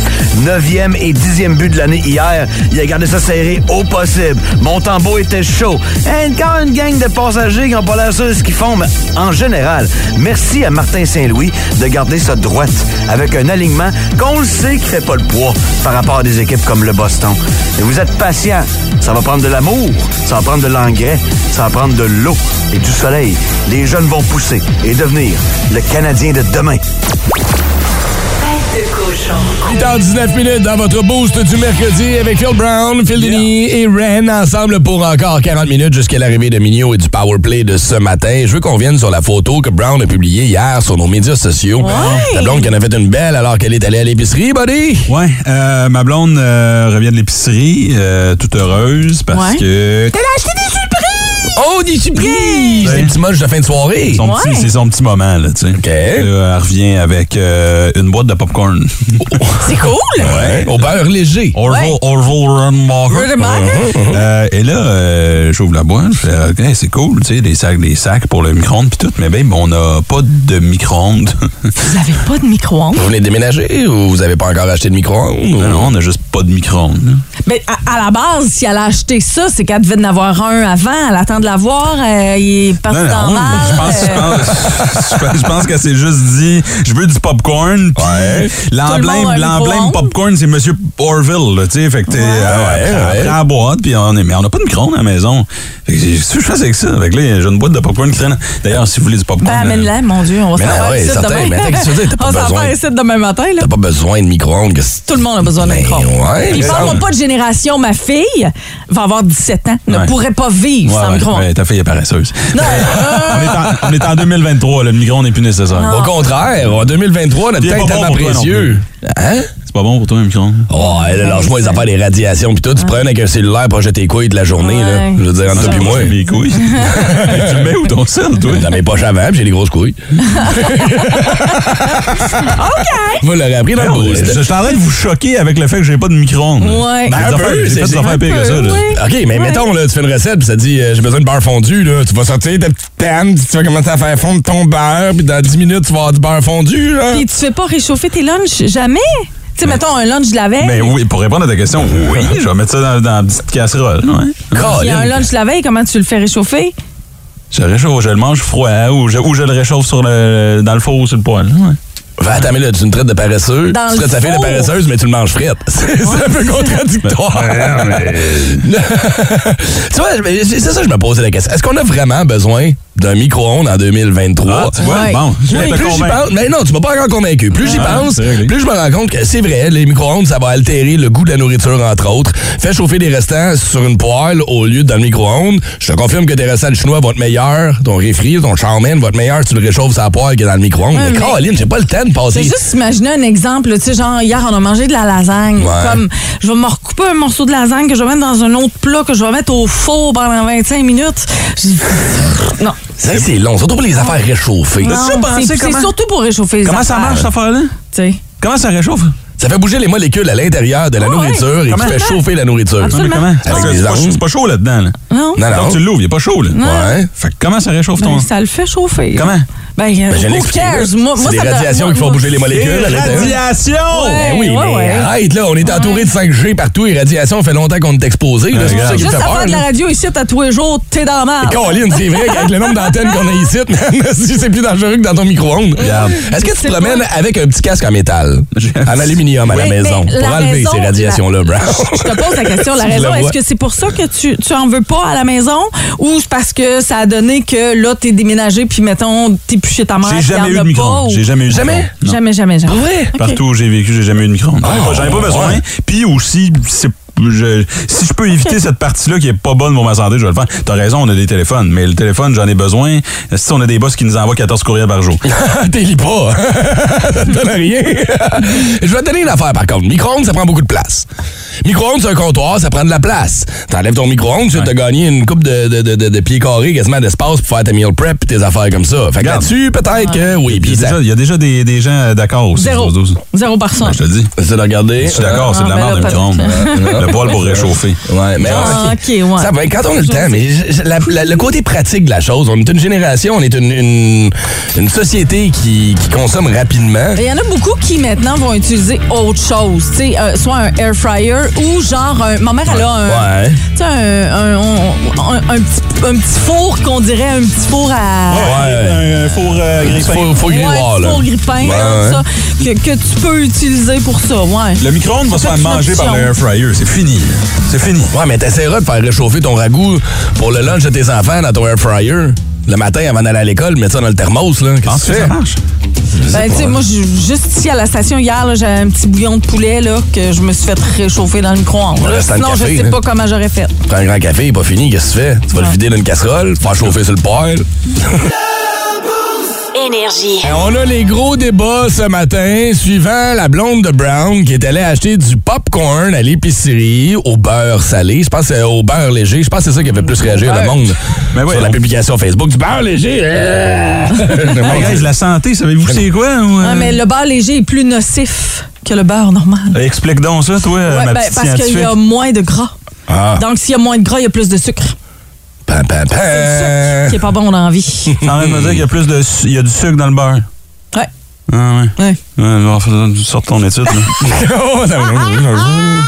[SPEAKER 13] 9e et 10e but de l'année hier. Il a gardé ça serré au possible. Montembeau était chaud. Et Encore une gang de passagers qui n'ont pas l'air sûrs de ce qu'ils font, mais en général, merci à Martin Saint-Louis de garder sa droite avec un alignement qu'on le sait qui fait pas le poids par rapport à des équipes comme le Boston. Et vous êtes patient. Ça va prendre de l'amour, ça va prendre de l'engrais, ça va prendre de l'eau et du soleil. Les jeunes vont pousser et devenir le Canadien de demain.
[SPEAKER 1] Tête de cochon.
[SPEAKER 6] 8h19 minutes dans votre boost du mercredi avec Phil Brown, Phil Denis et Ren ensemble pour encore 40 minutes jusqu'à l'arrivée de Mignot et du Power Play de ce matin. Je veux qu'on vienne sur la photo que Brown a publiée hier sur nos médias sociaux. La blonde qui en a fait une belle alors qu'elle est allée à l'épicerie, buddy.
[SPEAKER 4] Ouais, euh, ma blonde euh, revient de l'épicerie, euh, toute heureuse, parce
[SPEAKER 6] Ouais.
[SPEAKER 4] que...
[SPEAKER 6] Elle a acheté des surprises! Oh, des surprises! Des petits moches de fin de soirée.
[SPEAKER 4] Son petit- C'est son petit moment, là, tu sais. Là, elle revient avec euh, une boîte de popcorn.
[SPEAKER 7] C'est cool!
[SPEAKER 4] Ouais.
[SPEAKER 6] Hein? Au beurre léger.
[SPEAKER 4] Orville, Orville Runmacher. Euh, et là, euh, j'ouvre la boîte, je fais, OK, c'est cool, tu sais, des sacs, des sacs pour le micro-ondes pis tout, mais ben, on n'a pas de micro-ondes.
[SPEAKER 7] Vous n'avez pas de micro-ondes?
[SPEAKER 6] Vous venez de déménager ou vous avez pas encore acheté de micro-ondes?
[SPEAKER 4] Non, on n'a juste pas de micro-ondes.
[SPEAKER 7] Mais à, à la base, si elle a acheté ça, c'est qu'elle devait en avoir un avant. Elle attend de l'avoir. euh, il est parti Euh, dans l'air.
[SPEAKER 4] Je pense, je pense, je pense- je pense qu'elle s'est juste dit, je veux du popcorn. puis
[SPEAKER 7] Tout le monde a
[SPEAKER 4] L'emblème,
[SPEAKER 7] un
[SPEAKER 4] l'emblème
[SPEAKER 7] micro-ondes.
[SPEAKER 4] popcorn, c'est Monsieur Orville, là, tu sais. Fait que t'es, euh, elle prend la boîte, puis on est, mais on n'a pas de micro-ondes à la maison. Fait que j'ai- qu'est-ce que je fais avec ça? Fait que là, j'ai une boîte de popcorn qui traîne. D'ailleurs, si vous voulez du popcorn.
[SPEAKER 7] Ben, amène-la, mon Dieu, on va
[SPEAKER 4] Mais
[SPEAKER 7] s'en
[SPEAKER 4] non,
[SPEAKER 7] faire
[SPEAKER 4] ouais,
[SPEAKER 7] ici
[SPEAKER 4] certain,
[SPEAKER 7] demain.
[SPEAKER 4] mais attends, qu'est-ce que tu veux dire? T'as
[SPEAKER 7] On
[SPEAKER 4] pas
[SPEAKER 7] s'en
[SPEAKER 4] besoin.
[SPEAKER 7] fait ici demain matin, là.
[SPEAKER 6] T'as pas besoin de micro-ondes. que c'est-
[SPEAKER 7] Tout le monde a besoin d'un micro.
[SPEAKER 6] ouais,
[SPEAKER 7] Puis
[SPEAKER 6] mais
[SPEAKER 7] parle-moi
[SPEAKER 6] ça-
[SPEAKER 7] pas de génération. Ma fille va avoir 17 ans, ne
[SPEAKER 4] Ouais.
[SPEAKER 7] pourrait pas vivre
[SPEAKER 4] Ouais,
[SPEAKER 7] sans
[SPEAKER 4] ouais,
[SPEAKER 7] micro-ondes.
[SPEAKER 4] ouais, ta fille est paresseuse. Mais euh, on, est en, on est en 2023, là, le micro-ondes n'est plus nécessaire.
[SPEAKER 6] Au contraire, en 2023, notre
[SPEAKER 4] Puis il est
[SPEAKER 6] temps est
[SPEAKER 4] pas bon
[SPEAKER 6] tellement
[SPEAKER 4] pour toi non
[SPEAKER 6] précieux. Hein?
[SPEAKER 4] C'est pas bon pour toi, un micro-ondes?
[SPEAKER 6] Oh, là, lâche-moi les affaires des radiations puis tout. Tu te prends avec un cellulaire pour jeter tes couilles de la journée, là. Je veux dire, entre toi Ah, puis moi.
[SPEAKER 4] Mes couilles. Ah, tu le mets où ton sel, toi?
[SPEAKER 6] Dans mes poches avant, puis j'ai des grosses couilles. OK! Vous l'aurez appris dans le
[SPEAKER 4] Non,
[SPEAKER 6] boost.
[SPEAKER 4] Ben, je, je suis en train de vous choquer avec le fait que j'ai pas de micro-ondes.
[SPEAKER 6] Ouais. Ben, un
[SPEAKER 4] Des
[SPEAKER 6] peu,
[SPEAKER 4] affaires- J'ai
[SPEAKER 6] c'est-
[SPEAKER 4] fait des
[SPEAKER 6] c'est-
[SPEAKER 4] affaires pires que ça. là.
[SPEAKER 6] OK, mais mettons, là, tu fais une recette, puis ça dit, euh, j'ai besoin de beurre fondu, là. Tu vas sortir ta petite panne, puis tu vas commencer à faire fondre ton beurre, puis dans 10 minutes, tu vas avoir du beurre fondu, là.
[SPEAKER 7] Puis tu fais pas réchauffer tes lunchs jamais? Tu sais, mettons un lunch de la veille.
[SPEAKER 4] Mais oui, pour répondre à ta question, oui, je vais mettre ça dans, dans une petite casserole. Ouais.
[SPEAKER 7] Il y a un lunch de la veille, comment tu le fais réchauffer?
[SPEAKER 4] Je le réchauffe, je le mange froid hein, ou, je, ou je le réchauffe sur le, dans le four ou sur le poêle. Ouais.
[SPEAKER 6] Ben, attends, mais là, tu me traites de paresseux.
[SPEAKER 7] Dans
[SPEAKER 6] tu
[SPEAKER 7] le
[SPEAKER 6] traites ta fille de
[SPEAKER 7] four.
[SPEAKER 6] paresseuse, mais tu le manges frette. C'est c'est un peu contradictoire. tu vois, mais c'est c'est ça que je me posais la question. Est-ce qu'on a vraiment besoin d'un micro-ondes en
[SPEAKER 4] Ah,
[SPEAKER 6] 2023?
[SPEAKER 4] tu vois, Ouais. bon, je viens
[SPEAKER 6] Oui,
[SPEAKER 4] de te
[SPEAKER 6] plus j'y
[SPEAKER 4] convaincre.
[SPEAKER 6] pense- mais non, tu m'as pas encore convaincu. Plus j'y
[SPEAKER 4] Ah,
[SPEAKER 6] pense,
[SPEAKER 4] c'est réglé.
[SPEAKER 6] plus je me rends compte que c'est vrai, les micro-ondes, ça va altérer le goût de la nourriture, entre autres. Fais chauffer des restants sur une poêle au lieu de dans le micro-ondes. Je te confirme que tes restants de chinois vont être meilleurs. Ton réfri, ton charmaine va être meilleur si tu le réchauffes à la poêle que dans le micro-ondes.
[SPEAKER 4] Ah,
[SPEAKER 7] Ouais,
[SPEAKER 6] Mais
[SPEAKER 7] mais-
[SPEAKER 6] Caroline, j'ai pas le temps de passer.
[SPEAKER 7] C'est juste imaginer un exemple, tu sais, genre hier on a mangé de la lasagne.
[SPEAKER 6] Ouais.
[SPEAKER 7] Comme je vais me recouper un morceau de lasagne que je vais mettre dans un autre plat que je vais mettre au four pendant 25 minutes. Je- Non.
[SPEAKER 6] C'est vrai que c'est long, surtout pour les
[SPEAKER 4] Ah.
[SPEAKER 6] affaires réchauffées.
[SPEAKER 7] Non, c'est c'est surtout pour réchauffer les
[SPEAKER 6] Comment ça
[SPEAKER 7] affaires.
[SPEAKER 6] marche, cette
[SPEAKER 4] affaire-là?
[SPEAKER 6] Comment ça réchauffe? Ça fait bouger les molécules à l'intérieur
[SPEAKER 7] Ah
[SPEAKER 6] de la nourriture et qui
[SPEAKER 4] Comment?
[SPEAKER 6] fait chauffer la nourriture.
[SPEAKER 4] Non, mais comment? Parce
[SPEAKER 6] Avec
[SPEAKER 4] que
[SPEAKER 6] des
[SPEAKER 4] c'est pas,
[SPEAKER 6] ondes.
[SPEAKER 4] c'est pas chaud là-dedans. Là.
[SPEAKER 7] Non.
[SPEAKER 6] Non, non.
[SPEAKER 4] Quand tu l'ouvres, il est pas chaud. Là.
[SPEAKER 7] Non.
[SPEAKER 6] Ouais.
[SPEAKER 4] Fait que comment ça réchauffe ton.
[SPEAKER 7] Ben, ça le fait chauffer.
[SPEAKER 4] Comment?
[SPEAKER 7] Ben, euh,
[SPEAKER 4] Ben, je
[SPEAKER 7] who
[SPEAKER 4] l'explique, là.
[SPEAKER 7] cares? Moi,
[SPEAKER 4] C'est
[SPEAKER 7] moi,
[SPEAKER 4] des
[SPEAKER 7] ça me-
[SPEAKER 4] radiations
[SPEAKER 7] moi-
[SPEAKER 4] qui font
[SPEAKER 7] moi-
[SPEAKER 4] bouger les molécules à
[SPEAKER 6] Les
[SPEAKER 4] l'intérieur.
[SPEAKER 6] radiations! Ben oui,
[SPEAKER 7] Ouais,
[SPEAKER 6] mais
[SPEAKER 7] ouais.
[SPEAKER 6] arrête, là, on est entouré de 5G partout et radiation fait longtemps qu'on est exposé. là, C'est pour ça qui me
[SPEAKER 7] Juste
[SPEAKER 6] fait
[SPEAKER 7] à
[SPEAKER 6] peur.
[SPEAKER 7] faire de la
[SPEAKER 6] là.
[SPEAKER 7] radio ici à tous les jours, t'es dans la
[SPEAKER 6] Et
[SPEAKER 7] merde.
[SPEAKER 6] Caroline, c'est vrai qu'avec le nombre d'antennes qu'on a ici, man, si c'est plus dangereux que dans ton micro-ondes. Est-ce que tu te promènes avec un petit casque en métal, en aluminium à la
[SPEAKER 7] Oui,
[SPEAKER 6] maison,
[SPEAKER 7] mais
[SPEAKER 6] pour
[SPEAKER 7] la
[SPEAKER 6] enlever
[SPEAKER 7] raison-
[SPEAKER 6] ces radiations-là,
[SPEAKER 7] la-
[SPEAKER 6] Brown?
[SPEAKER 7] Je te pose la question. La
[SPEAKER 6] Tu
[SPEAKER 7] raison,
[SPEAKER 6] la vois.
[SPEAKER 7] est-ce que c'est pour ça que tu, tu en veux pas à la maison ou c'est parce que ça a donné que là, t'es déménagé puis mettons, t'es plus chez ta mère?
[SPEAKER 4] J'ai
[SPEAKER 7] puis
[SPEAKER 4] jamais
[SPEAKER 7] y en
[SPEAKER 4] eu de
[SPEAKER 7] a
[SPEAKER 4] micro-ondes.
[SPEAKER 7] pas, ou-
[SPEAKER 4] J'ai jamais eu de
[SPEAKER 7] Jamais?
[SPEAKER 4] micro-ondes. Non.
[SPEAKER 7] Jamais, jamais, jamais.
[SPEAKER 4] Oh, Partout où j'ai vécu, j'ai jamais eu de micro-ondes. Ouais, J'en ai pas besoin. Puis aussi, c'est je- si je peux éviter cette partie-là qui est pas bonne pour ma santé, je vais le faire. T'as raison, on a des téléphones, mais le téléphone, j'en ai besoin. Si on a des boss qui nous envoient 14 courriels par jour.
[SPEAKER 6] T'es lis Ah, pas. hein? ça te donne rien. Je vais te donner une affaire, par contre. Micro-ondes, ça prend beaucoup de place. Micro-ondes, c'est un comptoir, ça prend de la place. T'enlèves ton micro-ondes, tu t'as gagné une coupe de, de, de- de- de pieds carrés, quasiment d'espace pour faire ta meal prep et tes affaires comme ça. Fait que
[SPEAKER 4] Regarde.
[SPEAKER 6] là-dessus, peut-être que oui.
[SPEAKER 4] Il y a déjà- il y a déjà des, des gens euh, d'accord aussi.
[SPEAKER 7] Zéro. Zéro par cent.
[SPEAKER 4] Je te le dis.
[SPEAKER 6] C'est de regarder.
[SPEAKER 4] Je suis d'accord, c'est de la
[SPEAKER 7] Ah, ben
[SPEAKER 4] merde,
[SPEAKER 7] là,
[SPEAKER 4] un micro-ondes.
[SPEAKER 6] peut-être.
[SPEAKER 4] Le poil pour réchauffer.
[SPEAKER 6] Ouais, mais
[SPEAKER 7] Ah, OK, ouais.
[SPEAKER 6] Ça va, quand on a le temps, mais je- je- la- la- le côté pratique de la chose, on est une génération, on est une, une, une société qui, qui consomme rapidement.
[SPEAKER 7] Il y en a beaucoup qui maintenant vont utiliser autre chose, tu sais, euh, soit un air fryer ou genre un. Ma mère elle a un,
[SPEAKER 6] Ouais.
[SPEAKER 7] tu sais, un, un, un- un- un petit, un petit four qu'on dirait un petit four à.
[SPEAKER 4] Un four euh,
[SPEAKER 6] grippin. Four, four
[SPEAKER 7] Ouais,
[SPEAKER 6] grilloir, là.
[SPEAKER 7] four grippin,
[SPEAKER 6] Ouais,
[SPEAKER 7] comme
[SPEAKER 6] ouais.
[SPEAKER 7] ça, que, que tu peux utiliser pour ça, ouais.
[SPEAKER 4] Le micro-ondes va se
[SPEAKER 7] Ça fait
[SPEAKER 4] faire
[SPEAKER 7] une
[SPEAKER 4] manger par
[SPEAKER 7] option.
[SPEAKER 4] le air fryer. C'est fini. C'est fini.
[SPEAKER 6] Ouais, mais t'essaieras de faire réchauffer ton ragoût pour le lunch de tes enfants dans ton air fryer. Le matin, avant d'aller à l'école, mettre ça dans le thermos, là. Qu'est-ce que tu
[SPEAKER 4] que
[SPEAKER 6] fais?
[SPEAKER 4] ça marche?
[SPEAKER 7] Ben, tu sais, moi, je- juste ici à la station hier, là, j'avais un petit bouillon de poulet là, que je me suis fait réchauffer dans le micro-ondes.
[SPEAKER 6] Ouais,
[SPEAKER 7] là.
[SPEAKER 6] reste dans le
[SPEAKER 7] Sinon,
[SPEAKER 6] café, hein.
[SPEAKER 7] je sais
[SPEAKER 6] là.
[SPEAKER 7] pas comment j'aurais fait.
[SPEAKER 6] Prends un grand café, pas fini, qu'est-ce que tu fais? Tu vas
[SPEAKER 4] Ah.
[SPEAKER 6] le vider dans une casserole, faire chauffer sur le poêle.
[SPEAKER 1] Énergie.
[SPEAKER 6] Et On a les gros débats ce matin suivant la blonde de Brown qui est allée acheter du popcorn à l'épicerie au beurre salé. Je pense que c'est au beurre léger. Je pense que c'est ça qui avait plus réagir le monde
[SPEAKER 4] Mais ouais,
[SPEAKER 6] sur la
[SPEAKER 4] on-
[SPEAKER 6] publication Facebook du beurre léger. Euh! Le monde,
[SPEAKER 4] Hey, guys, la santé, savez-vous c'est quoi? ou, euh,
[SPEAKER 7] Ouais, Ah, mais le beurre léger est plus nocif que le beurre normal.
[SPEAKER 4] Explique donc ça, toi,
[SPEAKER 6] Euh,
[SPEAKER 7] Ouais,
[SPEAKER 4] ma
[SPEAKER 7] ben,
[SPEAKER 4] petite
[SPEAKER 7] parce qu'il y a
[SPEAKER 4] scientifique.
[SPEAKER 7] moins de gras.
[SPEAKER 6] Ah.
[SPEAKER 7] Donc, s'il y a moins de gras, il y a plus de sucre.
[SPEAKER 6] Pam, pam,
[SPEAKER 7] Ce
[SPEAKER 6] pam.
[SPEAKER 7] qui est pas bon dans la vie.
[SPEAKER 4] T'es en train de me dire qu'il y a plus de su- il y a du sucre dans le beurre.
[SPEAKER 7] Ouais.
[SPEAKER 4] Ah ouais.
[SPEAKER 7] Ouais.
[SPEAKER 4] Ouais, bon, faut- sors ton étude. là.
[SPEAKER 6] Oh, non, non, non, non.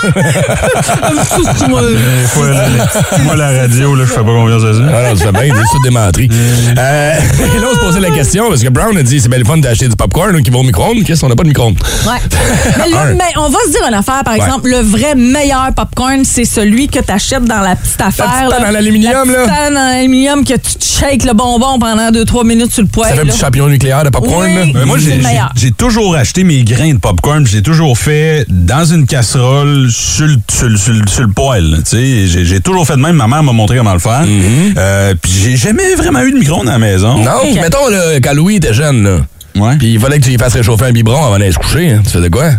[SPEAKER 6] Euh,
[SPEAKER 4] Des fois, là, les- moi, la radio, là, je fais pas confiance à ça.
[SPEAKER 6] Ah non, tu fais bien, c'est tout démentri. Euh, et là, on se posait la question, parce que Brown a dit c'est bien le fun d'acheter du popcorn qui va au micro-ondes. Qu'est-ce qu'on n'a pas de micro-ondes?
[SPEAKER 7] Ouais. Mais le
[SPEAKER 6] Un.
[SPEAKER 7] me- on va se dire une affaire, par
[SPEAKER 6] Ouais.
[SPEAKER 7] exemple, le vrai meilleur popcorn, c'est celui que tu achètes dans la petite affaire.
[SPEAKER 6] panne
[SPEAKER 7] là.
[SPEAKER 6] en aluminium,
[SPEAKER 7] La petite
[SPEAKER 6] là.
[SPEAKER 7] panne en aluminium que tu te shakes le bonbon pendant 2-3 minutes sur le poêle.
[SPEAKER 6] Ça fait un
[SPEAKER 7] là.
[SPEAKER 6] petit champignon nucléaire de popcorn.
[SPEAKER 7] Oui.
[SPEAKER 6] là.
[SPEAKER 4] Mais Euh, moi,
[SPEAKER 7] C'est
[SPEAKER 4] j'ai-
[SPEAKER 7] le
[SPEAKER 4] j'ai
[SPEAKER 7] meilleur.
[SPEAKER 4] j'ai toujours acheté mes grains de popcorn, puis j'ai toujours fait dans une casserole sur le, sur le- sur le- sur le poêle. là, tu sais. J'ai j'ai toujours fait de même. Ma mère m'a montré comment le faire. Euh, puis j'ai jamais vraiment eu de micro dans la maison.
[SPEAKER 6] Non,
[SPEAKER 7] Ok.
[SPEAKER 6] mettons, là, quand Louis était jeune, là,
[SPEAKER 4] Ouais.
[SPEAKER 6] puis il fallait que tu lui fasses réchauffer un biberon avant d'aller se coucher. hein. Tu faisais quoi?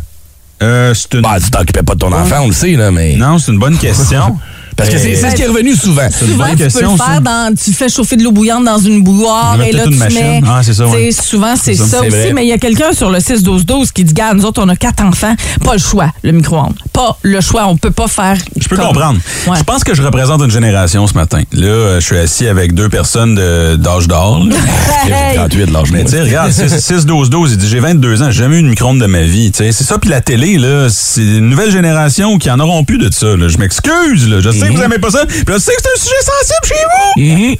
[SPEAKER 4] Euh, c'est une-
[SPEAKER 6] Bah, tu t'occupais pas de ton enfant, on le sait, là, mais.
[SPEAKER 4] Non, c'est une bonne question. Euh,
[SPEAKER 6] Parce que c'est c'est ce qui est revenu souvent.
[SPEAKER 4] une
[SPEAKER 7] Souvent,
[SPEAKER 4] bonne
[SPEAKER 7] tu peux
[SPEAKER 4] question,
[SPEAKER 7] le
[SPEAKER 4] ça.
[SPEAKER 7] faire dans, tu fais chauffer de l'eau bouillante dans une bouilloire
[SPEAKER 4] On met
[SPEAKER 7] et là
[SPEAKER 4] peut-être
[SPEAKER 7] tu
[SPEAKER 4] une machine.
[SPEAKER 7] mets.
[SPEAKER 4] Ah, c'est ça,
[SPEAKER 7] tu sais,
[SPEAKER 4] ouais.
[SPEAKER 7] Souvent c'est
[SPEAKER 4] C'est
[SPEAKER 7] ça,
[SPEAKER 4] ça,
[SPEAKER 6] c'est
[SPEAKER 7] aussi,
[SPEAKER 6] vrai.
[SPEAKER 7] mais il y a quelqu'un sur le 6 12 12 qui dit gars, nous autres on a quatre enfants, pas le choix, le micro-ondes, pas le choix, on peut pas faire.
[SPEAKER 4] Je peux
[SPEAKER 7] comme-
[SPEAKER 4] comprendre.
[SPEAKER 7] Ouais.
[SPEAKER 4] Je pense que je représente une génération ce matin. Là, euh, je suis assis avec deux personnes de- d'âge d'or. là.
[SPEAKER 7] Hey!
[SPEAKER 6] 38 de l'âge
[SPEAKER 4] Mais tu sais,
[SPEAKER 6] moyen.
[SPEAKER 4] regarde, 6-12-12, il dit J'ai 22 ans, j'ai jamais eu une micro-ondes de ma vie. Tu sais, C'est ça, puis la télé, là, c'est une nouvelle génération qui en auront plus de ça. là. Je m'excuse, là. je sais que vous aimez pas ça, puis je sais que c'est un sujet sensible chez vous.
[SPEAKER 6] Mhm.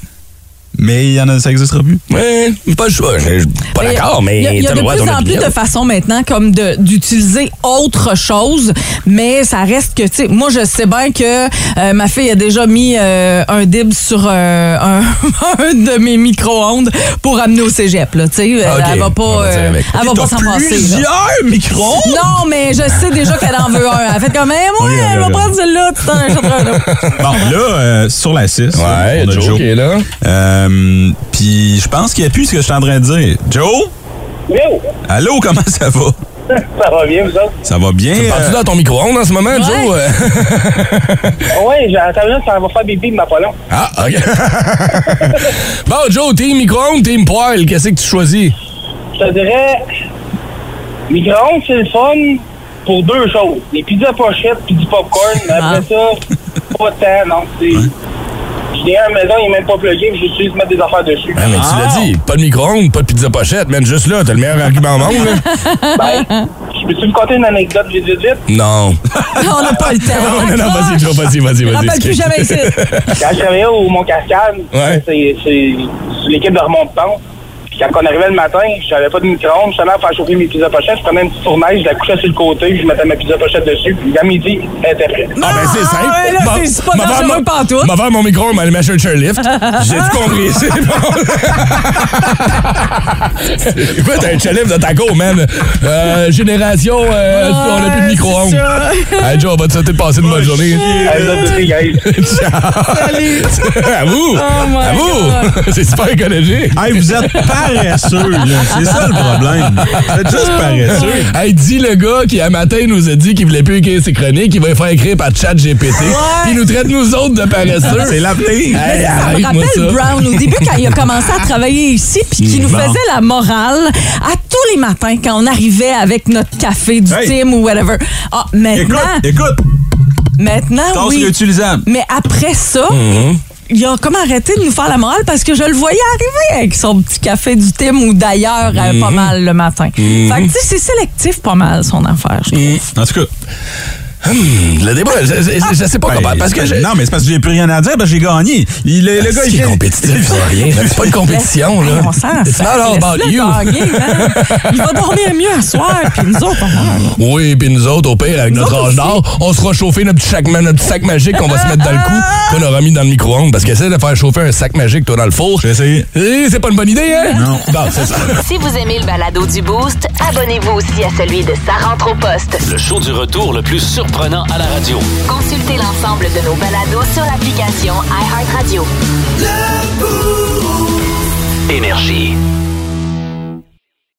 [SPEAKER 4] Mais il y en a, ça n'existera plus.
[SPEAKER 6] Ouais, pas le choix. Je- je- Pas
[SPEAKER 7] Mais
[SPEAKER 6] d'accord, mais
[SPEAKER 7] Il y a, il y a
[SPEAKER 6] t'as
[SPEAKER 7] de
[SPEAKER 6] le droit à
[SPEAKER 7] plus
[SPEAKER 6] ton
[SPEAKER 7] en plus
[SPEAKER 6] opinion.
[SPEAKER 7] de façons maintenant comme de- d'utiliser autre chose, mais ça reste que, tu sais, moi je sais bien que euh, ma fille a déjà mis euh, un dib sur euh, un, un de mes micro-ondes pour amener au cégep, là, tu sais.
[SPEAKER 6] Ah, ok.
[SPEAKER 7] Elle va
[SPEAKER 6] On
[SPEAKER 7] pas,
[SPEAKER 6] va
[SPEAKER 7] euh,
[SPEAKER 6] dire avec.
[SPEAKER 7] elle va
[SPEAKER 4] T'as
[SPEAKER 7] pas s'en passer. là.
[SPEAKER 4] plusieurs micro-ondes.
[SPEAKER 7] Non, mais je sais déjà qu'elle en veut un. Elle fait comme, Eh, moi,
[SPEAKER 4] Ok, ok,
[SPEAKER 7] elle va
[SPEAKER 4] ok.
[SPEAKER 7] prendre celui-là, tu t'en achèteras un autre.
[SPEAKER 4] Bon, là, euh, sur la 6,
[SPEAKER 6] Ouais,
[SPEAKER 4] on a
[SPEAKER 6] Joe, qui est là.
[SPEAKER 4] Euh, puis je pense qu'il appuie ce que je suis en train de dire. Joe?
[SPEAKER 8] Yo!
[SPEAKER 4] Allô, comment ça va?
[SPEAKER 8] Ça va bien, vous autres?
[SPEAKER 4] Ça va bien?
[SPEAKER 6] Parles-tu dans ton micro-ondes en ce moment, Joe?
[SPEAKER 8] Ouais, j'attends là, ça va faire bibi de ma pas long.
[SPEAKER 6] Ah, OK. bon, Joe, team micro-ondes, team poêle, qu'est-ce que tu choisis?
[SPEAKER 8] Je te dirais, micro-ondes, c'est le fun pour deux choses. Les pizzas pochettes puis du popcorn. Mais après ça, pas tant, non. c'est... Je l'ai à la maison, il est même pas plugué, puis j'utilise mettre des affaires dessus.
[SPEAKER 6] Ah, mais tu l'as dit, pas de micro-ondes, pas de pizza pochette, man, juste là, t'as le meilleur argument au monde, là.
[SPEAKER 8] Ben, je peux-tu vous conter une anecdote vite, vite, vite?
[SPEAKER 6] Non.
[SPEAKER 7] On n'a pas le
[SPEAKER 6] non, non, non,
[SPEAKER 7] temps.
[SPEAKER 6] vas-y, Joe, vas-y, vas-y,
[SPEAKER 7] Je
[SPEAKER 6] vas-y.
[SPEAKER 7] rappelle plus
[SPEAKER 6] excuse.
[SPEAKER 7] jamais ici.
[SPEAKER 8] Quand je travaillais au Mont-Cascade,
[SPEAKER 6] Ouais.
[SPEAKER 8] c'est c'est- c'est l'équipe de remont de pente. Puis Quand on arrivait le matin, j'avais pas de micro-ondes, j'allais faire chauffer mes pizzas pochettes, je prenais une petite tournaise, je la couchais sur le côté, je mettais ma pizza pochette dessus, puis à midi, elle était prête.
[SPEAKER 6] Ah, ben c'est simple. Ma- ma- ma- Ma va mon micro, m'a allumé un chairlift. J'ai tout compris. C'est bon. Écoute, un chairlift de taco, man. Euh, génération, euh, on n'a plus de
[SPEAKER 7] Ah,
[SPEAKER 6] micro-ondes. Hey Joe, on va te souhaiter de passer une bonne journée.
[SPEAKER 7] Oh,
[SPEAKER 6] Ciao. À vous.
[SPEAKER 7] Oh
[SPEAKER 6] à vous. C'est super écologique.
[SPEAKER 4] Hey, vous êtes paresseux, là. euh? C'est ça le problème. Vous êtes juste paresseux.
[SPEAKER 6] Hey, dis le gars qui, à matin, nous a dit qu'il voulait plus écrire ses chroniques, il va les faire écrire par chat GPT. Puis il nous traite, nous autres, de paresseux.
[SPEAKER 4] C'est l'avenir.
[SPEAKER 6] Hey,
[SPEAKER 7] Ça me
[SPEAKER 6] arrête-moi
[SPEAKER 7] rappelle
[SPEAKER 6] Ah, ça.
[SPEAKER 7] Brown au début quand il a commencé à travailler ici puis qu'il nous
[SPEAKER 6] Bon.
[SPEAKER 7] faisait la morale à tous les matins quand on arrivait avec notre café du
[SPEAKER 4] Hey.
[SPEAKER 7] Tim ou whatever. Ah, maintenant,
[SPEAKER 6] Hein?
[SPEAKER 4] Écoute,
[SPEAKER 7] maintenant
[SPEAKER 4] tasse
[SPEAKER 7] oui.
[SPEAKER 4] réutilisable.
[SPEAKER 7] Mais après ça,
[SPEAKER 6] Mm-hmm.
[SPEAKER 7] il a comme arrêté de nous faire la morale parce que je le voyais arriver avec son petit café du Tim ou d'ailleurs euh,
[SPEAKER 6] Mm-hmm.
[SPEAKER 7] pas mal le matin. Fait que tu sais, c'est sélectif pas mal son affaire, je trouve.
[SPEAKER 4] En tout cas.
[SPEAKER 6] Hum, le débat, je, je- je- je sais pas
[SPEAKER 4] Ben,
[SPEAKER 6] comment. Parce que je-
[SPEAKER 4] Non, mais c'est parce que j'ai plus rien à dire, parce que j'ai gagné. Il- le, le
[SPEAKER 6] Ah,
[SPEAKER 4] gars,
[SPEAKER 6] c'est qui est compétitif, c'est rien. C'est pas une compétition, là.
[SPEAKER 7] Hey, on s'en
[SPEAKER 6] It's
[SPEAKER 7] sac,
[SPEAKER 6] not all about
[SPEAKER 7] laisse-le
[SPEAKER 6] you.
[SPEAKER 7] gagner, man. Il va dormir mieux à soir, puis nous autres, on va-
[SPEAKER 6] Oui, puis nous autres, au pire, avec notre âge d'or, on sera chauffé notre petit, sac, notre petit sac magique qu'on va se mettre dans le cou, qu'on aura mis dans le micro-ondes. Parce qu'essaie de faire chauffer un sac magique, toi, dans le four. J'ai
[SPEAKER 4] essayé.
[SPEAKER 6] C'est pas une bonne idée, hein?
[SPEAKER 4] Non.
[SPEAKER 6] Bon, c'est ça.
[SPEAKER 1] Si vous aimez le balado du Boost, abonnez-vous aussi à celui de Sa rentre au poste.
[SPEAKER 2] Le show du retour le plus surprenant à la radio.
[SPEAKER 1] Consultez l'ensemble de nos balados sur l'application iHeartRadio.
[SPEAKER 2] Énergie.